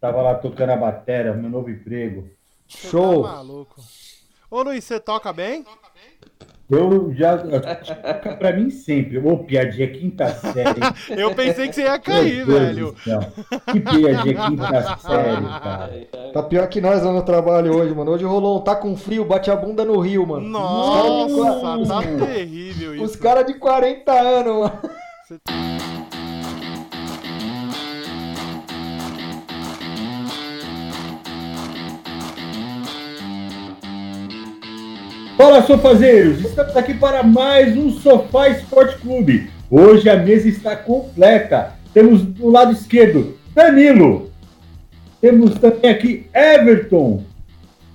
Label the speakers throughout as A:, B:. A: Tava lá tocando a bateria, meu novo emprego.
B: Show!
C: Você tá maluco. Ô Luiz, você toca bem?
A: Eu já. Toca pra mim sempre. Ô, piadinha quinta série.
C: Eu pensei que você ia
A: Meu
C: cair,
A: Deus
C: velho.
A: do céu. Que piadinha quinta série, cara.
B: Tá pior que nós lá no trabalho hoje, mano. Hoje rolou um tá com frio, bate a bunda no rio, mano.
C: Nossa,
B: Os
C: tá
B: caras de,
C: terrível
B: qua- os
C: isso.
B: cara de 40 anos, mano.
A: Fala, sofazeiros! Estamos aqui para mais um Sofá Esporte Clube. Hoje a mesa está completa. Temos do lado esquerdo Danilo. Temos também aqui Everton.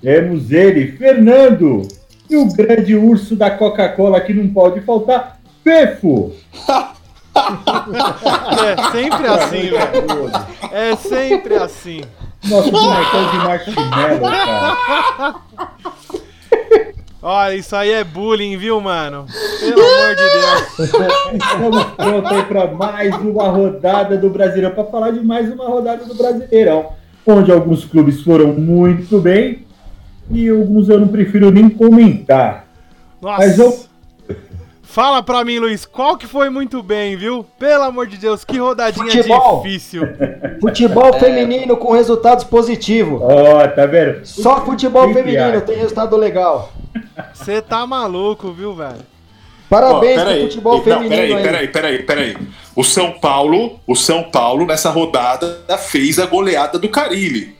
A: Temos ele, Fernando. E o grande urso da Coca-Cola que não pode faltar, Pefo.
C: É sempre assim, velho. É sempre assim.
A: Nosso bonecão de marshmallow, cara.
C: Olha, isso aí é bullying, viu, mano? Pelo amor de Deus.
A: Estamos prontos aí para mais uma rodada do Brasileirão, para falar de mais uma rodada do Brasileirão, onde alguns clubes foram muito bem e alguns eu não prefiro nem comentar. Mas
C: Nossa.
A: eu-
C: Fala pra mim, Luiz, qual que foi muito bem, viu? Pelo amor de Deus, que rodadinha
B: Futebol.
C: difícil.
B: Futebol feminino com resultados positivos.
A: Ó, tá vendo?
B: Só futebol
A: Sempre
B: feminino
A: acho.
B: tem resultado legal.
C: Você tá maluco, viu, velho?
D: Ó,
B: Parabéns pro
D: peraí,
B: futebol
D: Não,
B: feminino
D: peraí,
B: aí.
D: peraí, peraí, peraí. O São Paulo, o São Paulo nessa rodada fez a goleada do Carilli.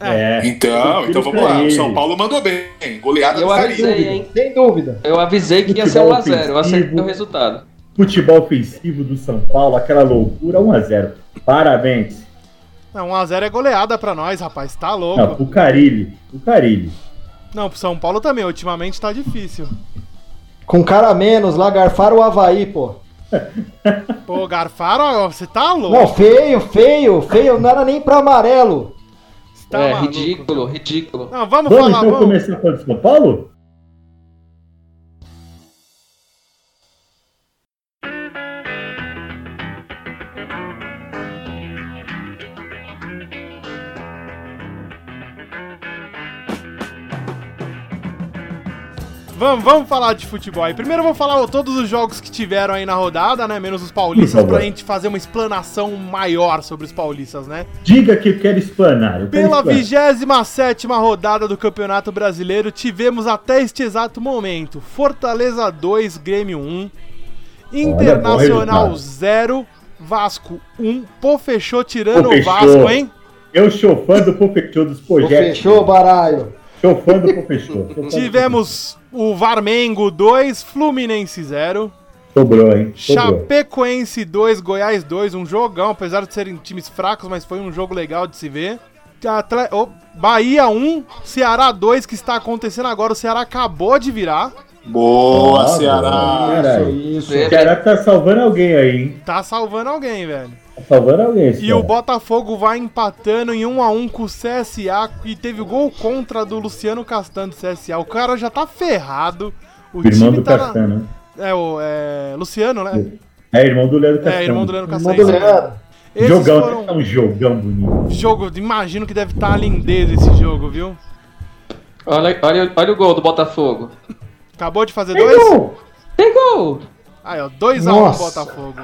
A: É.
D: Então, então vamos lá. O São Paulo mandou bem. Goleada
B: Eu
D: do Carilli.
E: avisei,
B: avisei,
E: hein?
B: sem dúvida.
E: Eu avisei que ia ser
A: Futebol
E: 1x0, eu acertei
A: ofensivo.
E: o resultado.
A: Futebol ofensivo do São Paulo, aquela loucura, 1x0. Parabéns.
C: Não, 1x0 é goleada pra nós, rapaz. Tá
A: Não,
C: louco.
A: pro Carilli, pro Carilli.
C: Não, pro São Paulo também. Ultimamente tá difícil.
B: Com cara a menos, lá garfaram o Havaí, pô.
C: Pô, garfaram, ó, você tá
B: Não,
C: louco.
B: feio, feio, feio. Não era nem pra amarelo.
C: Você tá
E: é,
C: maluco.
E: ridículo, ridículo.
C: Não, vamos,
A: Vamos
C: falar,
A: então
C: vamos.
A: começar pelo São Paulo?
C: Vamos, vamos falar de futebol aí. Primeiro eu vou falar ó, todos os jogos que tiveram aí na rodada, né? Menos os
A: Por
C: paulistas,
A: favor.
C: pra gente fazer uma explanação maior sobre os paulistas, né?
A: Diga que eu quero explanar. Eu quero
C: Pela
A: explanar.
C: 27 rodada do Campeonato Brasileiro, tivemos até este exato momento: Fortaleza 2, Grêmio 1,
A: bom
C: Internacional
A: resultado.
C: 0, Vasco 1. Pô, fechou tirando o
A: Pô,
C: Vasco,
A: fechou.
C: hein?
A: Eu chofando pro fechou dos
B: Pô,
A: projetos.
B: fechou, baralho.
A: Chofando pro fechou. Chofando pro
C: Tivemos o Varmengo 2, Fluminense 0.
A: Sobrou, hein? Sobrou.
C: Chapecoense 2, Goiás 2, um jogão, apesar de serem times fracos, mas foi um jogo legal de se ver. Atle- ô, Bahia 1, Ceará 2, que está acontecendo agora. O Ceará acabou de virar.
D: Boa,
A: Ah,
D: Ceará.
A: boa. Caralho.
B: Isso,
A: O
B: isso.
A: Ceará tá salvando alguém aí, hein?
C: Tá salvando alguém, velho.
A: Tá salvando alguém.
C: E o Botafogo vai empatando em 1 a 1 com o CSA e teve o gol contra do Luciano Castan do CSA. O cara já tá ferrado. O
A: Irmão do
C: tá na-
A: Castanho.
C: É o é, Luciano, né?
A: É, irmão do Leandro Castanho.
C: É, irmão do Leandro Castan.
B: Irmão do Leandro.
C: Esses
A: Jogão,
C: foram-
A: é um jogão bonito.
C: Jogo, imagino que deve estar a lindeza esse jogo, viu?
E: Olha, olha, olha o gol do Botafogo.
C: Acabou de fazer
A: Tem
C: dois?
A: gol!
E: Tem gol!
C: Aí, ó, 2x1 um
B: Nossa.
C: Botafogo.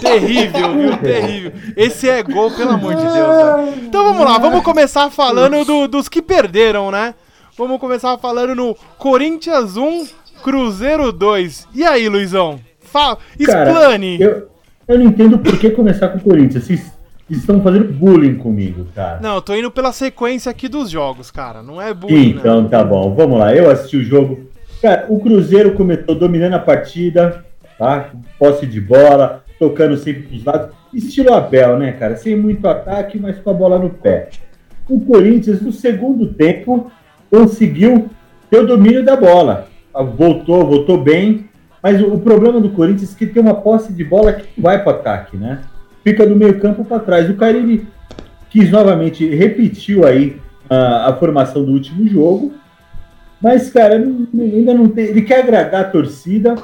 C: Terrível, viu? Terrível. Esse é gol, pelo amor de Deus. velho. Então vamos lá, vamos começar falando do- dos que perderam, né? Vamos começar falando no Corinthians 1, Cruzeiro 2. E aí, Luizão? Fala,
A: Cara,
C: explane.
A: Eu, eu não entendo por que começar com o Corinthians. Vocês estão fazendo bullying comigo, cara.
C: Não, eu tô indo pela sequência aqui dos jogos, cara. Não é bullying, não.
A: Então tá bom, vamos lá. Eu assisti o jogo. Cara, o Cruzeiro começou dominando a partida, tá? Com Posse de bola, tocando sempre pros lados. Estilo Abel, né, cara? Sem muito ataque, mas com a bola no pé. O Corinthians, no segundo tempo, conseguiu ter o domínio da bola. Ah, Voltou, voltou bem. Mas o, o problema do Corinthians é que tem uma posse de bola que não vai pro ataque, né? Fica do meio campo para trás. O Carille quis novamente, repetiu aí a, a formação do último jogo. Mas, cara, não- não- ainda não tem. Ele quer agradar a torcida,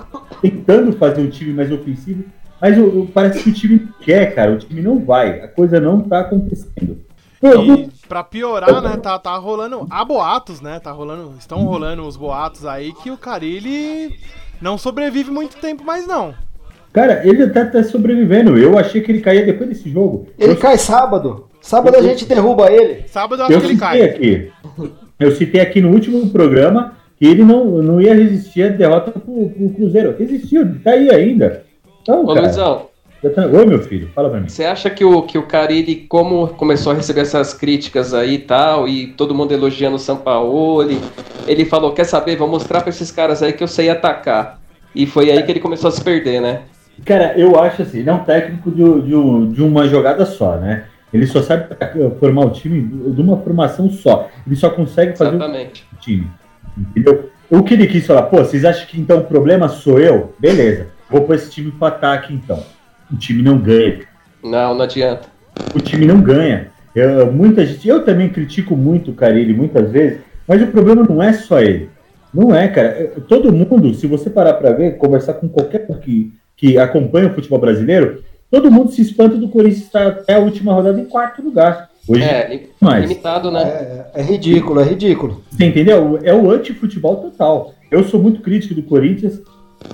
A: tentando fazer um time mais ofensivo. Mas o- o- parece que o time não quer, cara. O time não vai. A coisa não tá acontecendo.
C: E pra piorar, né, tá, tá rolando. Há boatos, né? Tá rolando. Estão rolando os boatos aí que o Carilli não sobrevive muito tempo mais, não.
A: Cara, ele até tá sobrevivendo. Eu achei que ele caía depois desse jogo.
B: Ele cai sábado. Sábado a gente derruba ele.
C: Sábado eu acho
A: Eu
C: que ele
A: citei
C: cai. Ah,
A: aqui. Eu citei aqui no último programa que ele não, não ia resistir à derrota pro, pro Cruzeiro. Resistiu, tá aí ainda. Então,
E: Ô,
A: cara,
E: Luizão,
A: já tá- Oi, meu filho, fala pra mim.
E: você acha que o, que o Carilli, como começou a receber essas críticas aí e tal, e todo mundo elogiando o Sampaoli, ele falou, quer saber, vou mostrar pra esses caras aí que eu sei atacar. E foi aí que ele começou a se perder, né?
A: Cara, eu acho assim, ele é um técnico de, de um- de uma jogada só, né? Ele só sabe formar o time de uma formação só. Ele só consegue fazer o
E: Exatamente.
A: time. Entendeu? O que ele quis falar, pô, vocês acham que então o problema sou eu? Beleza, vou pôr esse time pro ataque então. O time não ganha.
E: Não, não adianta.
A: O time não ganha. Eu, muita gente, eu também critico muito o Carilli muitas vezes, mas o problema não é só ele. Não é, cara. Eu- Todo mundo, se você parar pra ver, conversar com qualquer um que, que acompanha o futebol brasileiro, todo mundo se espanta do Corinthians estar até a última rodada em quarto lugar. Hoje é,
E: É, li-
A: mais.
E: limitado, né?
B: É, é ridículo, é ridículo.
A: Você entendeu? É o anti-futebol total. Eu sou muito crítico do Corinthians.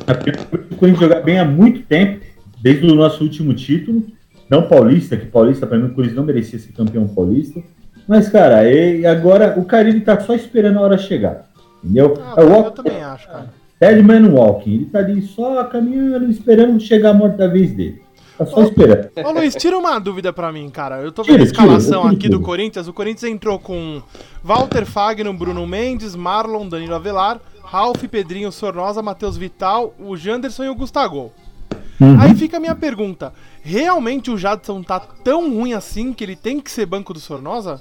A: apenas porque O Corinthians joga bem há muito tempo, desde o nosso último título. Não paulista, que paulista, para mim, o Corinthians não merecia ser campeão paulista. Mas, cara, e agora o Carilli tá só esperando a hora chegar. Entendeu?
C: Ah,
A: é o
C: eu
A: walk,
C: também acho, cara.
A: dead man walking. Ele tá ali só caminhando, esperando chegar a morte da vez dele. Tá só esperando.
C: Ô Luiz, tira uma dúvida pra mim, cara. Eu tô
A: Tira,
C: vendo a
A: tira, eu
C: escalação
A: tiro
C: aqui do
A: tudo.
C: Corinthians. O Corinthians entrou com Walter Fagner, Bruno Mendes, Marlon, Danilo Avelar, Ralf, Pedrinho, Sornosa, Matheus Vital, o Janderson e o Gustavo.
A: Uhum.
C: Aí fica a minha pergunta. Realmente o Jadson tá tão ruim assim que ele tem que ser banco do Sornosa?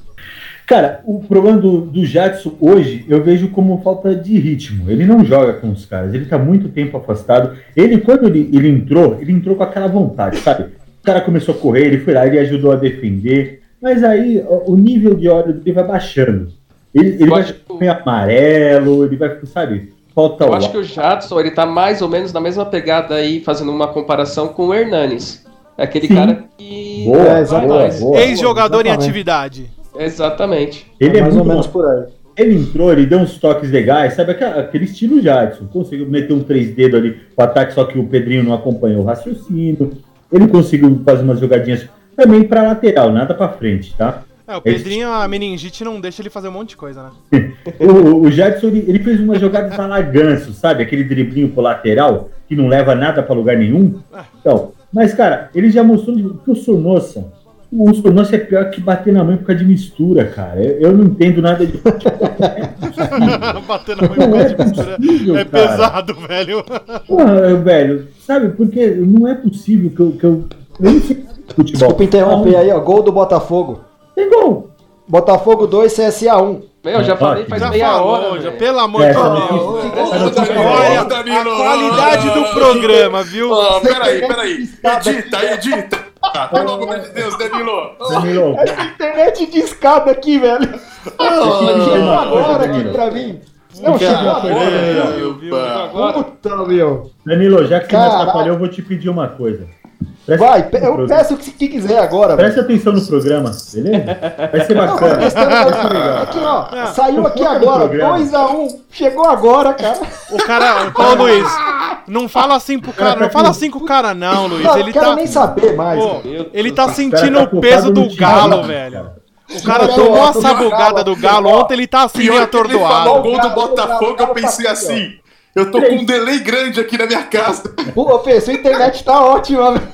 A: Cara, o problema do, do Jadson hoje eu vejo como falta de ritmo. Ele não joga com os caras, ele tá muito tempo afastado. Ele, quando ele, ele entrou, ele entrou com aquela vontade, sabe? O cara começou a correr, ele foi lá, ele ajudou a defender. Mas aí ó, o nível de óleo dele vai baixando. Ele, ele
E: Eu
A: vai
E: acho que
A: ficando
E: o-
A: meio amarelo, ele vai, sabe?
B: Então,
A: Falta
E: Eu
A: o
E: acho que o Jadson, ele tá mais ou menos na mesma pegada aí, fazendo uma comparação com o Hernanes. É Aquele
A: Sim.
E: cara que...
A: Boa,
E: vai
B: boa,
E: mais.
A: boa.
B: É,
C: Ex-jogador em
B: exatamente.
C: atividade.
E: Exatamente.
A: Ele é
B: mais ou
A: muito
B: menos por aí.
A: Ele entrou, ele deu uns toques legais, sabe? Aquela- Aquele estilo Jadson. Conseguiu meter um três dedos ali pro ataque, só que o Pedrinho não acompanhou o raciocínio. Ele conseguiu fazer umas jogadinhas também pra lateral, nada pra frente, tá?
C: É, o
A: Ele-
C: Pedrinho, a meningite não deixa ele fazer um monte de coisa, né?
A: O, o- o Jadson, ele, ele fez umas jogadas a laganço, sabe? Aquele driblinho pro lateral, que não leva nada pra lugar nenhum. Então, mas, cara, ele já mostrou que o Sornossa, o Sornossa é pior que bater na mãe por causa de mistura, cara. Eu, eu não entendo nada de
C: Batendo a mão em pé de mistura.
A: possível,
C: É
A: cara.
C: pesado, velho.
A: Porra, velho, sabe, porque não é possível que eu. Que eu, eu não sei nada de futebol.
B: Desculpa interromper aí, ó. Gol do Botafogo.
A: Tem gol.
B: Botafogo 2, CSA 1.
E: Meu, eu já
A: Ótimo.
E: falei faz
C: Já
E: meia
C: falou,
E: hora,
C: já,
E: velho.
C: pelo amor
A: É,
C: de
A: essa
C: Deus.
D: Essa notícia-
C: Olha
D: Ô, Danilo!
C: a qualidade do programa, viu?
D: Ah, peraí, peraí. Edita, edita. Ah, Pelo amor de Deus, Danilo.
A: Danilo,
B: Internet de escada aqui, velho. Chegou
A: não,
B: agora
A: Danilo.
B: aqui pra mim. Não, chegou agora. Puta, meu.
A: Danilo, já que você me
B: Caralho.
A: atrapalhou, eu vou te pedir uma coisa. Presta,
B: Vai, pe-
A: Pro-
B: eu peço o que que quiser agora, velho.
A: presta atenção no programa, beleza? Vai ser
B: Não, mas
A: bacana.
B: questão é Aqui,
C: Ah.
B: ó. Saiu aqui
A: Foca no
B: agora,
A: programa.
B: 2x1. Chegou agora, cara.
C: O cara, ô Luiz, não fala assim pro cara, não fala assim com o cara, não, Luiz.
B: Não,
C: Ele
B: quero
C: tá,
B: nem saber mais.
C: pô,
B: cara.
C: ele tá
A: O cara
C: sentindo
A: tá
C: o peso
A: focado no
C: do
A: time,
C: galo,
A: cara.
C: velho. O cara
B: Não,
C: tomou
B: eu
C: a
B: tô
C: sabugada
B: no
C: do
B: galo,
C: galo
B: ó.
C: ontem, ele tá assim meio
D: Pior que ele falou o
C: atordoado. tá
D: gol do
B: Cara,
D: Botafogo,
B: cara,
D: eu pensei
B: cara,
D: assim. Eu tô com um delay grande aqui na minha casa.
B: Pô, Fê, sua internet tá ótima, velho.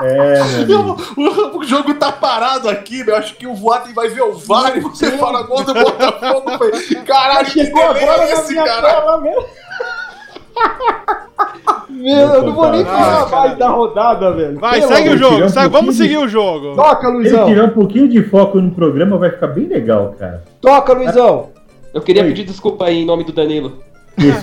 A: É, meu amigo.
D: O, o jogo tá parado aqui, né? Eu acho que o Voaden vai ver o VAR e você fala gol do Botafogo. eu falei, Caralho, que
B: Chegou
D: delay
B: agora
D: é
B: na
D: esse,
B: minha
D: cara?
B: tela, velho. Meu, eu não vou nem falar mais da rodada, velho.
C: Vai,
B: Pelo amor
C: segue o
A: amor de
C: jogo,
A: Deus,
C: segue,
A: um
C: vamos
A: pouquinho.
C: seguir o jogo.
B: Toca,
A: Se ele
B: Luizão.
A: tirar um pouquinho de foco no programa, vai ficar bem legal, cara.
B: Toca, Luizão.
E: Eu queria
A: Oi.
E: pedir desculpa aí em nome do Danilo.
A: Isso,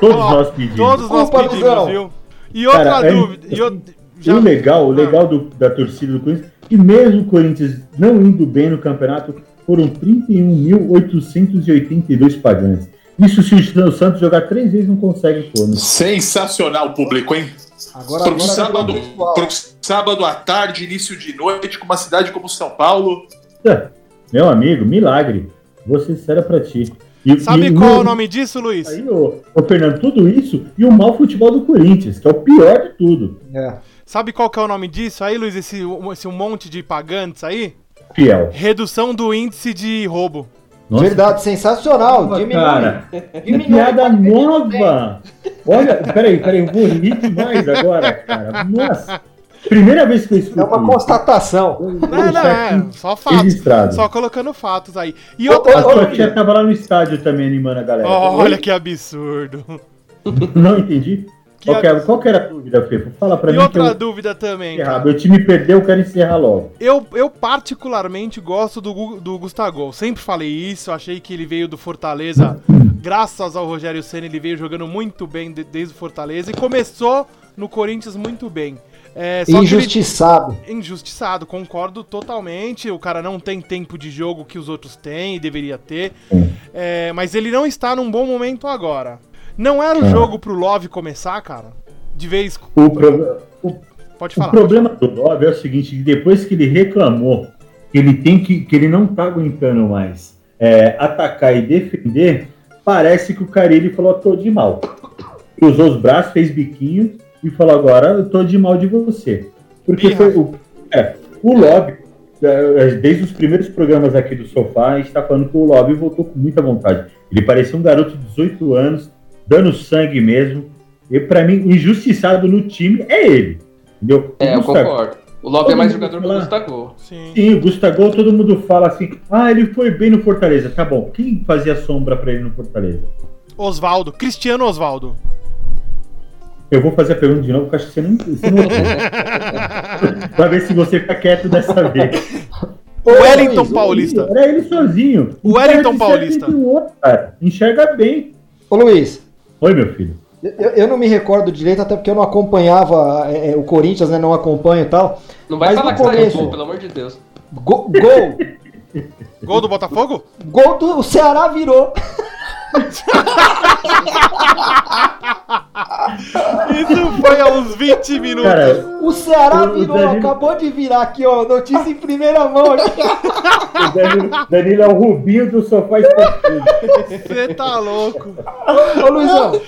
A: Todos
C: Ó,
A: nós pedimos.
C: Todos nós
B: Desculpa,
C: pedimos,
B: Luzão.
C: viu? E outra
A: Cara, é-
C: dúvida, e
A: E
C: o- já- Ah.
A: o legal, o legal do- da torcida do Corinthians, é que mesmo o Corinthians um não indo bem no campeonato, foram 31.882 pagantes. Isso se o Santos jogar três vezes não consegue pôr. né?
D: Sensacional o público, hein?
B: Agora,
D: pro,
B: agora
D: sábado,
B: pessoal.
D: pro sábado à tarde, início de noite, com uma cidade como São Paulo.
A: É, Meu amigo, milagre. Vou ser sincero pra ti. E-
C: Sabe
A: e
C: qual é o
A: no-
C: nome disso, Luiz?
A: Aí, ô, ô, Fernando, tudo isso e o mau futebol do Corinthians, que é o pior de tudo.
B: É.
C: Sabe qual que é o nome disso aí, Luiz? Esse, esse um monte de pagantes aí?
A: Fiel.
C: Redução do índice de roubo.
A: Nossa,
B: Verdade, sensacional.
A: Nossa,
B: diminui.
A: cara. é
B: diminui.
A: piada nova! Olha, peraí, peraí, eu vou rir demais agora, cara. Nossa! Primeira vez que eu escuto
B: É uma
A: isso.
B: constatação.
A: Eu vou
C: Não, não,
A: deixar
C: é.
A: aqui
C: Só fatos.
A: Registrado. é
C: Só colocando fatos aí. E outra.
A: A sua tia tava lá no estádio também animando a galera.
C: Olha que absurdo.
A: Não entendi.
C: Que
A: qual, que é era, qual que era a dúvida, Pepo? Fala pra
C: E
A: mim que eu
C: outra dúvida também,
A: encerrar.
C: cara.
A: Meu time perdeu, eu quero encerrar logo.
C: Eu, eu particularmente gosto do, Gu- do Gustavo. Sempre falei isso, achei que ele veio do Fortaleza. Graças ao Rogério Senna, ele veio jogando muito bem de- desde o Fortaleza e começou no Corinthians muito bem. É, só que ele
B: Injustiçado.
C: injustiçado, concordo totalmente. O cara não tem tempo de jogo que os outros têm e deveria ter.
A: Sim.
C: É, mas ele não está num bom momento agora. Não era o
A: É.
C: jogo pro Love começar, cara? De vez.
A: O, pro-
C: Pode
A: o
C: falar.
A: problema do Love é o seguinte, que depois que ele reclamou que ele tem que, que ele não tá aguentando mais é, atacar e defender, parece que o Carilli falou, tô de mal. Cruzou os braços, fez biquinho e falou, agora eu tô de mal de você. Porque
C: Birra.
A: foi o, é, o Love, é, desde os primeiros programas aqui do Sofá, a gente tá falando que o Love voltou com muita vontade. Ele parecia um garoto de 18 anos, dando sangue mesmo. E pra mim, o injustiçado no time é ele. Entendeu?
E: É, eu
A: Gustavo-
E: concordo. O Lopes é mais jogador que o
A: Lá.
E: Gustavo.
C: Sim.
A: Sim, o Gustavo, todo mundo fala assim: ah, ele foi bem no Fortaleza. Tá bom, quem fazia sombra pra ele no Fortaleza?
C: Osvaldo. Cristiano Osvaldo.
A: Eu vou fazer a pergunta de novo, porque eu acho que você não. Você não pra ver se você fica quieto dessa vez.
C: O Wellington
B: Luiz,
C: Paulista.
A: Era ele sozinho.
C: O
A: cara
C: Wellington
A: de
C: Paulista.
A: 71, cara. Enxerga bem.
B: Ô Luiz,
A: Oi, meu filho.
B: eu, eu não me recordo direito, até porque eu não acompanhava é, é, o Corinthians, né? Não acompanho e tal.
E: Não vai
B: Mas
E: falar
B: no
E: que saiu
B: começo-
E: gol, pelo amor de Deus.
B: Go- gol!
C: Gol do Botafogo?
B: Gol do o Ceará virou.
C: Isso foi há uns 20 minutos.
A: Cara,
B: O Ceará
A: O- o
B: virou.
A: Danilo-
B: Acabou de virar aqui, ó. Notícia em primeira mão aqui.
A: o Danilo, Danilo é o Rubinho do sofá esportivo.
C: Você tá louco.
B: Ô Luizão,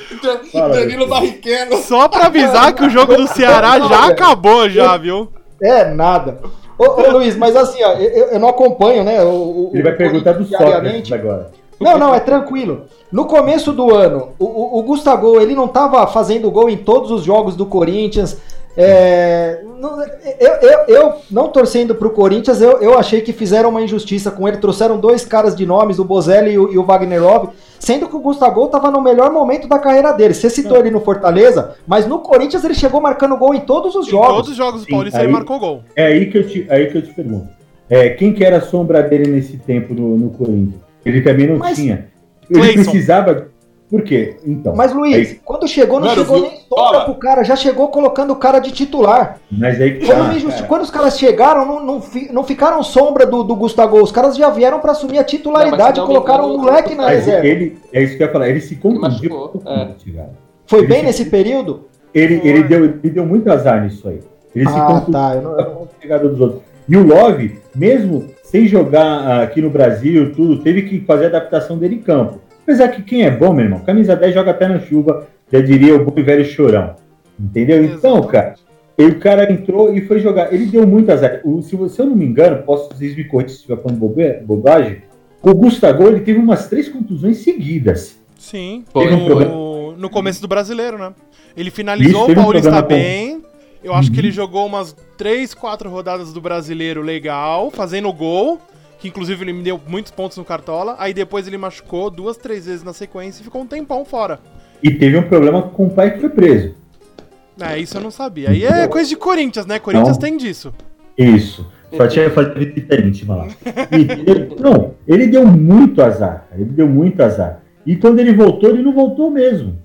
A: Fala, Danilo
D: Então, Barrichello.
C: Só pra avisar que o jogo do Ceará já acabou, já, viu?
B: é nada. Ô, ô, Luiz, mas assim, ó, eu, eu não acompanho, né? o- o-
A: Ele vai
B: o
A: perguntar do
B: Corinthians
A: Sócrates
B: diariamente.
A: agora.
B: Não, não, é tranquilo. No começo do ano, o, o, o Gustavo, ele não estava fazendo gol em todos os jogos do Corinthians. É, não- eu, eu- eu, não torcendo pro Corinthians, eu, eu achei que fizeram uma injustiça com ele. Trouxeram dois caras de nomes, o Bozelli e o, e o Wagnerov, sendo que o Gustavo estava no melhor momento da carreira dele. Você citou ele no Fortaleza, mas no Corinthians ele chegou marcando gol em todos os
C: Em
B: jogos.
C: todos os jogos do
A: Sim,
C: Paulista ele
A: aí-
C: marcou gol.
A: É aí que eu te, aí que eu te pergunto. É, quem que era a sombra dele nesse tempo no, no Corinthians? Ele também não
B: Mas-
A: tinha. Ele
C: Clayson.
A: precisava. Por quê? Então. Mas,
B: Mas Luiz, quando chegou, não
D: Mano,
B: chegou
D: viu?
B: nem sombra
D: Fala.
B: pro cara, já chegou colocando o cara de titular.
A: aí que
B: Foi
A: tá.
B: uma injusti-
A: cara.
B: Quando os caras chegaram, não, não, fi- não ficaram sombra do, do Gustavo. Os caras já vieram pra assumir a titularidade,
E: Não, mas se não me
B: colocaram o
E: engano,
B: moleque na
E: mas
A: Mas
B: reserva.
A: ele, é isso que eu ia falar. Ele se contundiu.
E: machucou,
A: bastante, cara.
B: Foi
A: ele
B: bem
A: se-
B: nesse período?
A: Ele, ele,
C: Foi.
A: deu, ele deu muito azar nisso aí. Ele se
B: Ah,
A: contundiu.
B: tá. eu não- eu-
A: a chegada dos outros. E o Love, mesmo sem jogar aqui no Brasil, tudo, teve que fazer a adaptação dele em campo. Apesar que quem é bom, meu irmão, camisa 10 joga até na chuva, já diria o bom e velho chorão. Entendeu? Então, cara, e o cara entrou e foi jogar. Ele deu muito azar. O- se, eu- se eu não me engano, posso vocês me corrigir se estiver falando bobe- bobagem. O Gustavo ele teve umas três contusões seguidas.
C: Sim.
E: Foi
A: Teve um problema.
C: No, no começo do brasileiro, né? Ele finalizou
A: Isso,
C: o
A: teve um
C: Paulista
A: problema com- Uhum.
C: bem. Eu acho que ele jogou umas 3, 4 rodadas do brasileiro legal, fazendo gol. Que inclusive ele me deu muitos pontos no Cartola. Aí depois ele machucou duas, três vezes na sequência e ficou um tempão fora.
A: E teve um problema com o pai que foi preso.
C: É, isso eu não sabia. Aí é coisa de Corinthians, né? Corinthians tem disso.
A: Isso. Só tinha que fazer visita íntima lá. E ele- não, ele deu muito azar. cara. Ele deu muito azar. E quando ele voltou, ele não voltou mesmo.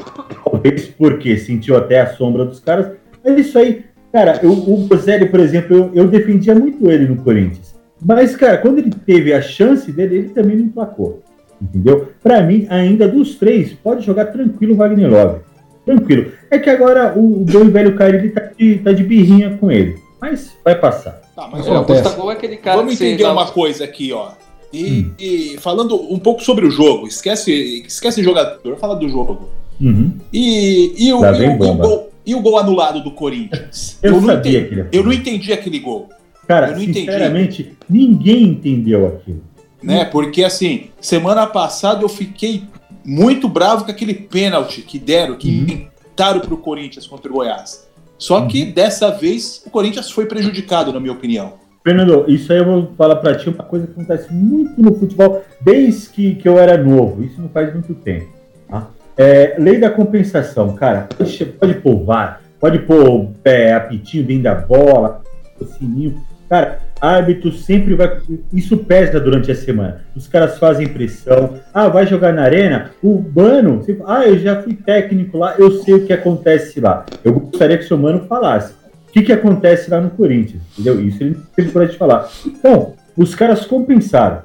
A: Talvez porque sentiu até a sombra dos caras. Mas isso aí, cara, eu, o Bozelli, por exemplo, eu, eu defendia muito ele no Corinthians. Mas, cara, quando ele teve a chance dele, ele também não emplacou. entendeu? Para mim, ainda dos três, pode jogar tranquilo o Wagner Love. Tranquilo. É que agora o, o bom e velho Carilli tá de, tá de birrinha com ele. Mas vai passar.
D: Tá, mas
E: É, o
D: ó,
B: Acontece.
E: Gustavo é aquele cara
D: vamos
E: que você
D: entender
E: dá-
D: uma coisa aqui, ó. E,
A: Hum.
D: e falando um pouco sobre o jogo, esquece, esquece jogador, fala do jogo.
A: Uhum.
D: E, e o,
A: Lá
D: e,
A: vem
D: o- e o
A: Tá bomba.
D: gol, e o gol anulado do Corinthians?
A: Eu sabia
D: não entendi,
A: que ele ia fazer.
D: eu não entendi aquele gol.
A: Cara,
D: Eu não entendi.
A: sinceramente, ninguém entendeu aquilo.
D: né? Porque assim, semana passada eu fiquei muito bravo com aquele pênalti que deram, que
A: Uhum.
D: inventaram pro Corinthians contra o Goiás. Só que dessa vez o Corinthians foi prejudicado, na minha opinião.
A: Fernando, isso aí eu vou falar pra ti uma coisa que acontece muito no futebol desde que, que eu era novo. Isso não faz muito tempo. tá? É, lei da compensação, cara. Pode, pode pôr VAR, pode pôr é, apitinho dentro da bola, o sininho. Cara, árbitro sempre vai. Isso pesa durante a semana. Os caras fazem pressão. Ah, vai jogar na arena? O Mano, você- ah, eu já fui técnico lá, eu sei o que acontece lá. Eu gostaria que seu Mano falasse. O que, que acontece lá no Corinthians? Entendeu? Isso ele não teve coragem de falar. Então, os caras compensaram.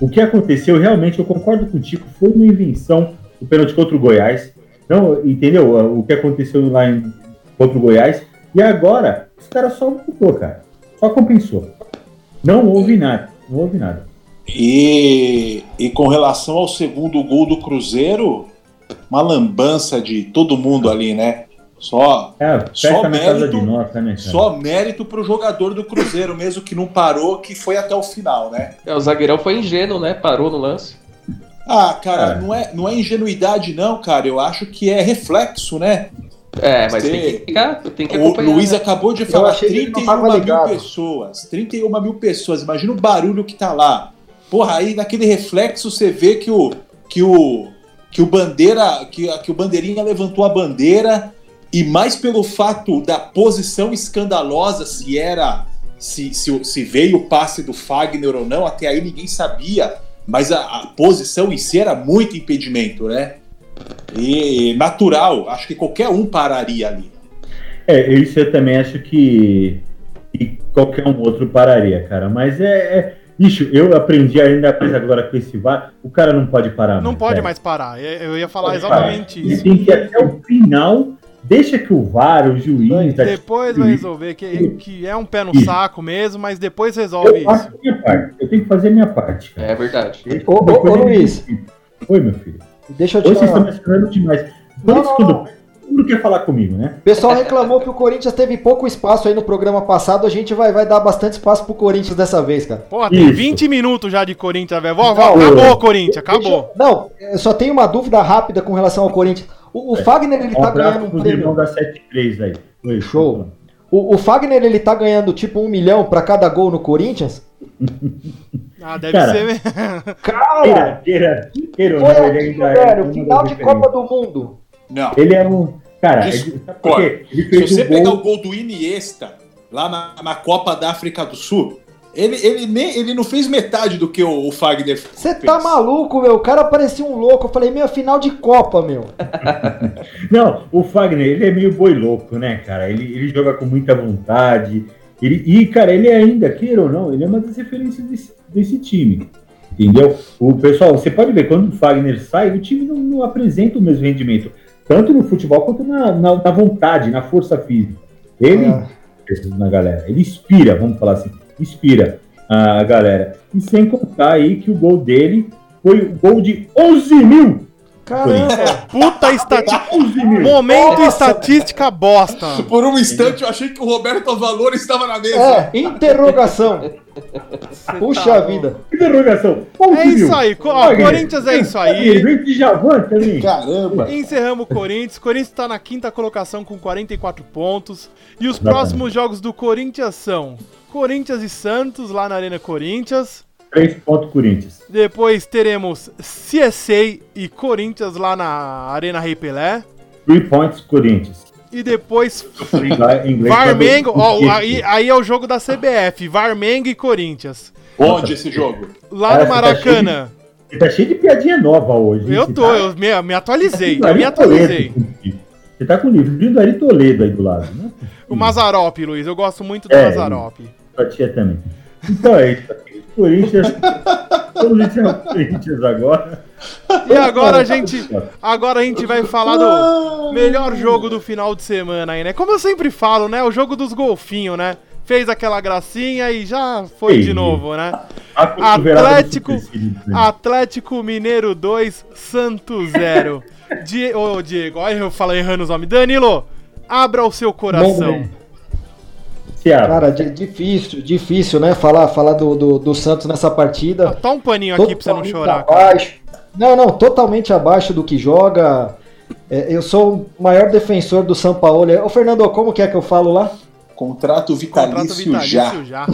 A: O que aconteceu, realmente, eu concordo contigo, foi uma invenção do pênalti contra o Goiás. Não, entendeu? Ah, O que aconteceu lá em, contra o Goiás. E agora, os caras só mudou, cara. Só compensou. Não houve nada. Não houve nada.
D: E, e com relação ao segundo gol do Cruzeiro, uma lambança de todo mundo ali, né? Só
A: É, a
D: Só
A: festa na casa
D: mérito-
A: de nós, né, cara?
D: só mérito pro jogador do Cruzeiro mesmo que não parou, que foi até o final, né?
E: É, o zagueirão foi ingênuo, né? Parou no lance.
D: Ah, cara,
A: É.
D: Não, é, não é ingenuidade, não, cara. Eu acho que é reflexo, né?
E: É, mas
D: Você-
E: tem que ficar, tem que
D: O
E: acompanhar.
D: Luiz
C: é-
E: né?
D: acabou de falar
B: achei que ele não
D: 31
B: tava
D: mil
B: ligado.
D: pessoas. 31 mil pessoas. Imagina o barulho que tá lá. Porra, aí naquele reflexo você vê que o. que o. que o bandeira. que, a- que o bandeirinha levantou a bandeira. E mais pelo fato da posição escandalosa, se era. Se, se, o- se veio o passe do Fagner ou não, até aí ninguém sabia. Mas a, a posição em si era muito impedimento, né? E natural, acho que qualquer um pararia ali.
A: É, isso eu também acho que, que qualquer um outro pararia, cara. Mas é, é. Ixi, eu aprendi ainda mais agora com esse VAR. O cara não pode parar
C: Não pode
A: velho.
C: mais parar. É, Eu eu ia falar
A: Pode
C: exatamente
A: Ele
C: isso.
A: tem que ir até o final. Deixa que o VAR, o juiz. tá-
C: Depois vai resolver, que, que é um pé no
A: Isso.
C: saco mesmo, mas depois resolve
A: Eu
C: isso.
A: faço a minha parte. Eu tenho que fazer a minha parte, cara.
E: É verdade.
B: Ô, ô,
A: Depois
B: ô,
A: ele-
B: Luiz,
A: Oi, meu filho.
B: deixa eu te
A: Hoje vocês
B: falar.
A: estão me esperando demais. Por
B: Não,
A: isso
B: não,
A: que
B: não.
A: todo mundo quer falar comigo, né?
B: O pessoal reclamou que o Corinthians teve pouco espaço aí no programa passado. A gente vai, vai dar bastante espaço pro Corinthians dessa vez, cara.
C: Porra, tem
A: Isso.
C: 20 minutos já de Corinthians, velho. Vó, vó,
B: Não,
C: Acabou, Corinthians, acabou.
B: Deixa eu- Não, eu só tenho uma dúvida rápida com relação ao Corinthians. O, o Fagner, ele
A: Um
B: tá ganhando
A: abraço
B: um
A: pros
B: prêmio.
A: irmãos da 73 aí. Oi,
B: Show. O, o Fagner, ele tá ganhando tipo um milhão pra cada gol no Corinthians?
C: Ah, deve
A: Cara,
C: ser mesmo.
B: Cara,
A: Queira, queira, queira ou
B: foi
A: não, ele
B: aquilo,
A: ainda é.
B: velho.
A: uma
B: Final
A: das
B: de
A: referências.
B: Copa do Mundo.
D: Não.
A: Ele é um. Cara,
D: Isso.
A: ele, sabe por quê? Ele
D: Se
A: fez
D: você
A: o
D: pegar
A: gol.
D: o gol do Iniesta lá na, na Copa da África do Sul, ele, ele, nem, ele não fez metade do que o, o Fagner fez.
B: Você tá maluco, meu? O cara parecia um louco. Eu falei, meu, final de Copa, meu.
A: Não, o Fagner, ele é meio boi louco, né, cara? Ele, ele joga com muita vontade. Ele, e, cara, ele é ainda, queira ou não, ele é uma das referências desse, desse time. Entendeu? O pessoal, você pode ver, quando o Fagner sai, o time não, não apresenta o mesmo rendimento. Tanto no futebol quanto na, na, na vontade, na força física. Ele,
B: É.
A: preços na galera. Ele inspira, vamos falar assim, inspira a galera. E sem contar aí que o gol dele foi o gol de 11 mil.
B: Caramba.
C: Puta estatística.
A: 11 mil.
C: Momento
B: Nossa,
C: estatística bosta.
A: Ah,
D: Por um instante eu achei que o Roberto Valor estava na mesa.
B: É, interrogação. Puxa vida.
A: Interrogação. 11
C: É
A: mil.
C: isso aí. Co- ó, Corinthians é isso aí.
A: Vem de Javan também.
D: Caramba!
C: Encerramos o Corinthians. O Corinthians está na quinta colocação com 44 pontos. E os
A: Exatamente.
C: próximos jogos do Corinthians são Corinthians e Santos, lá na Arena Corinthians.
A: 3 pontos Corinthians.
C: Depois teremos CSA e Corinthians lá na Arena Rei Pelé.
A: 3 points Corinthians.
C: E depois
A: Em inglês, em inglês,
C: Varmengo.
A: tá
C: Ó,
A: bem.
C: aí, aí é o jogo da CBF: Varmengo e Corinthians.
D: Onde esse jogo?
C: Lá no
A: Nossa, tá cheio de-
C: Maracanã.
A: Você tá cheio de piadinha nova hoje. hein?
C: Eu
A: Você
C: tô,
A: tá-
C: eu me, me atualizei.
A: Ari
C: Eu me
A: Toledo.
C: atualizei.
A: Você tá com o livrinho do Ari Toledo aí do lado, né?
C: O Mazarope, Luiz. Eu gosto muito do
A: É,
C: Mazarope.
A: Sua tia assim, também. Então é isso. Corinthians. Vamos encerrar o Corinthians agora.
C: E agora a gente, agora a gente vai falar do melhor jogo do final de semana aí, né? Como eu sempre falo, né? O jogo dos golfinhos, né? Fez aquela gracinha e já foi de
A: Sim.
C: novo, né?
A: A cotovelada do
C: Atlético- Ah,
A: supercílio, né?
C: Atlético Mineiro 2, Santos 0. Die... Ô, Diego, olha eu falei errando os nomes. Danilo, abra o seu coração.
A: Ceará.
B: Cara, di- difícil, difícil, né? Falar, falar do, do, do Santos nessa partida.
C: Tá um paninho aqui pra você não
B: Totalmente
C: chorar. cara.
B: Abaixo. Não, não, totalmente abaixo do que joga. É, eu sou o maior defensor do São Paulo. Ô, Fernando, como que é que eu falo lá?
D: Contrato vitalício,
C: Contrato
D: já.
C: vitalício já.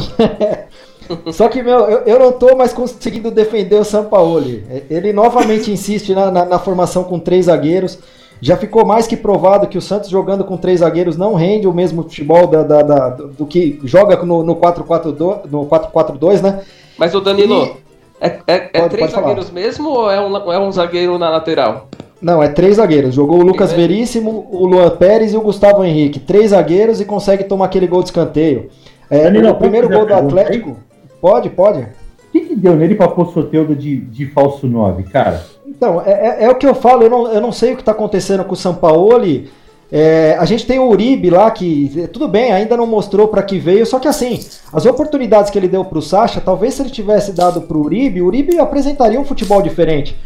B: Só que, meu, eu, eu não tô mais conseguindo defender o Sampaoli. É, Ele novamente insiste na, na- na formação com três zagueiros. Já ficou mais que provado que o Santos jogando com três zagueiros não rende o mesmo futebol da- da- da- do, do que joga no, no 4-4-2, no 4-4-2, né?
E: Mas o Danilo, é, é- é
B: Pode-
E: três
B: pode falar.
E: zagueiros mesmo ou é um, é um zagueiro na lateral?
B: Não, é três zagueiros. Jogou o
A: É.
B: Lucas
E: Primeiro.
B: Veríssimo, o Luan Pérez e o Gustavo Henrique. Três zagueiros e consegue tomar aquele gol de escanteio. É,
A: Danilo,
B: o primeiro
A: posso
B: gol
A: fazer a
B: do
A: pergunta aí?
B: Atlético. Pode, pode.
A: O que, que deu nele pra pôr Soteudo de, de falso 9, cara?
B: Então, é, é- é o que eu falo, eu não, eu não sei o que está acontecendo com o Sampaoli. É, a gente tem o Uribe lá que, é, tudo bem, ainda não mostrou para que veio, só que assim, as oportunidades que ele deu para o Sacha, talvez se ele tivesse dado para o Uribe, o Uribe apresentaria um futebol diferente.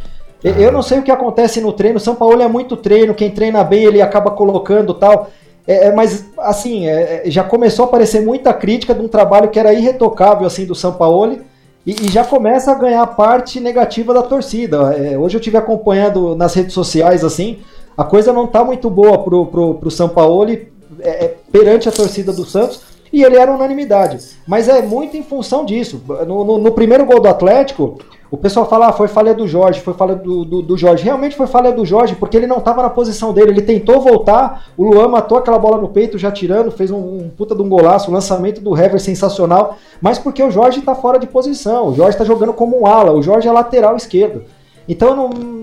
B: E- Eu não sei o que acontece no treino, o São Paulo é muito treino, quem treina bem ele acaba colocando tal. É, é, mas, assim, é, é, já começou a aparecer muita crítica de um trabalho que era irretocável assim do São Paulo e, e já começa a ganhar a parte negativa da torcida. É, hoje eu tive acompanhando nas redes sociais assim, a coisa não tá muito boa pro, pro, pro Sampaoli é, é, perante a torcida do Santos e ele era unanimidade. Mas é muito em função disso. No, no- no primeiro gol do Atlético, o pessoal fala, ah, foi falha do Jorge, foi falha do, do, do Jorge. Realmente foi falha do Jorge, porque ele não estava na posição dele. Ele tentou voltar, o Luan matou aquela bola no peito, já tirando, fez um, um puta de um golaço, o lançamento do Hever sensacional, mas porque o Jorge está fora de posição. O Jorge está jogando como um ala, o Jorge é lateral esquerdo. Então não-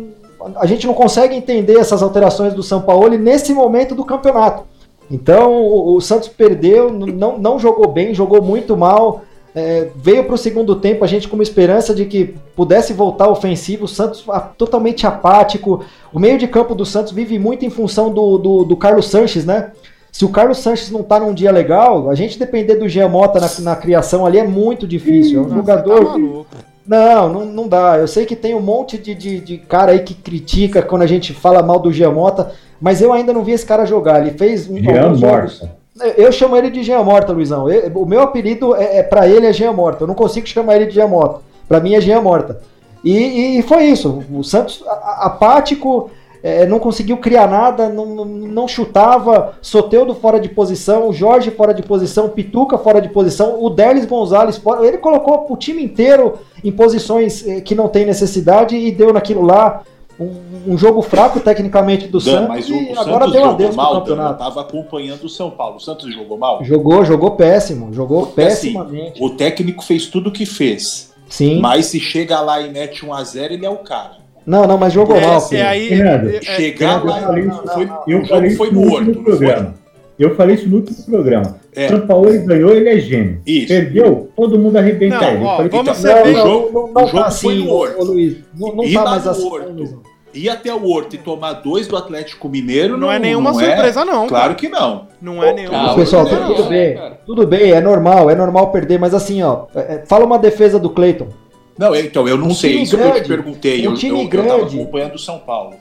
B: a gente não consegue entender essas alterações do São Paulo nesse momento do campeonato. Então o, o Santos perdeu, n- não, não jogou bem, jogou muito mal. É, veio para o segundo tempo a gente com uma esperança de que pudesse voltar ofensivo. O Santos a- totalmente apático. O meio de campo do Santos vive muito em função do, do, do Carlos Sanches, né? Se o Carlos Sanches não tá num dia legal, a gente depender do Jean Mota na, na criação ali é muito difícil. É um
C: Nossa,
B: jogador
C: tá maluco.
B: não, não, não dá. Eu sei que tem um monte de, de, de cara aí que critica quando a gente fala mal do Giamota, mas eu ainda não vi esse cara jogar. Ele fez um
A: Jean
B: alguns jogos-
A: Morta.
B: Eu chamo ele de Giamota, Luizão. Eu- o meu apelido é, é para ele é Giamota. Eu não consigo chamar ele de Giamota. Pra mim é Giamota. E, e foi isso. O Santos a- a- apático, é, não conseguiu criar nada, não, não- não chutava. Soteudo fora de posição, Jorge fora de posição, Pituca fora de posição, o Derlis Gonzalez fora. Ele colocou o time inteiro em posições eh, que não tem necessidade e deu naquilo lá um, um jogo fraco tecnicamente do
D: Dan,
B: Santos.
D: mas o,
B: e
D: o
B: agora
D: Santos
B: deu
D: jogou
B: adeus pro
D: mal, né? Dan. Eu
B: campeonato.
D: tava acompanhando o São Paulo. O Santos jogou mal?
B: Jogou, jogou péssimo, jogou
D: Porque, assim,
B: pessimamente.
D: O técnico fez tudo o que fez.
B: Sim.
D: Mas se chega lá e mete 1x0, ele é o cara.
B: Não, não, mas jogou mal.
C: É, é
B: Pedro.
C: aí.
A: Fernando,
C: é- é-
D: Chegar
A: eu
D: lá
A: falei
D: e
A: isso,
D: foi,
A: Eu
D: o
A: falei
D: jogo
A: isso
D: foi
A: no
D: morto.
A: último
D: não foi?
A: programa. Eu falei isso no último programa.
D: É.
A: São Paulo ganhou, ele é gênio.
D: Isso.
A: Perdeu, todo mundo arrebenta
C: Não,
A: ele. Eu
C: ó,
A: falei,
C: vamos
A: então,
C: ser
D: o
C: bem.
D: jogo-
B: não, tá assim,
D: o jogo foi no
B: ô,
D: orto.
B: ô, Luiz. Não, não
D: E
B: tá
D: lá
B: mais
D: no
B: assim.
D: orto.
B: Luizão.
D: Ir até o Horto e tomar dois do Atlético Mineiro não,
C: Não é nenhuma surpresa, não.
D: Claro que não.
C: cara. Não é
E: Ah,
C: nenhuma
E: o
B: Pessoal,
E: Luiz
C: surpresa,
E: Adriano,
B: tudo
C: não.
B: bem,
E: cara.
B: tudo bem, é normal, é normal perder, mas assim, ó, é, é, fala uma defesa do Cleiton.
D: Não, eu- então, eu não
B: Um
D: sei.
B: time
D: Isso que eu
B: grande,
D: te perguntei.
B: um
D: eu,
B: time
D: eu, eu tava
B: grande.
D: acompanhando o São Paulo.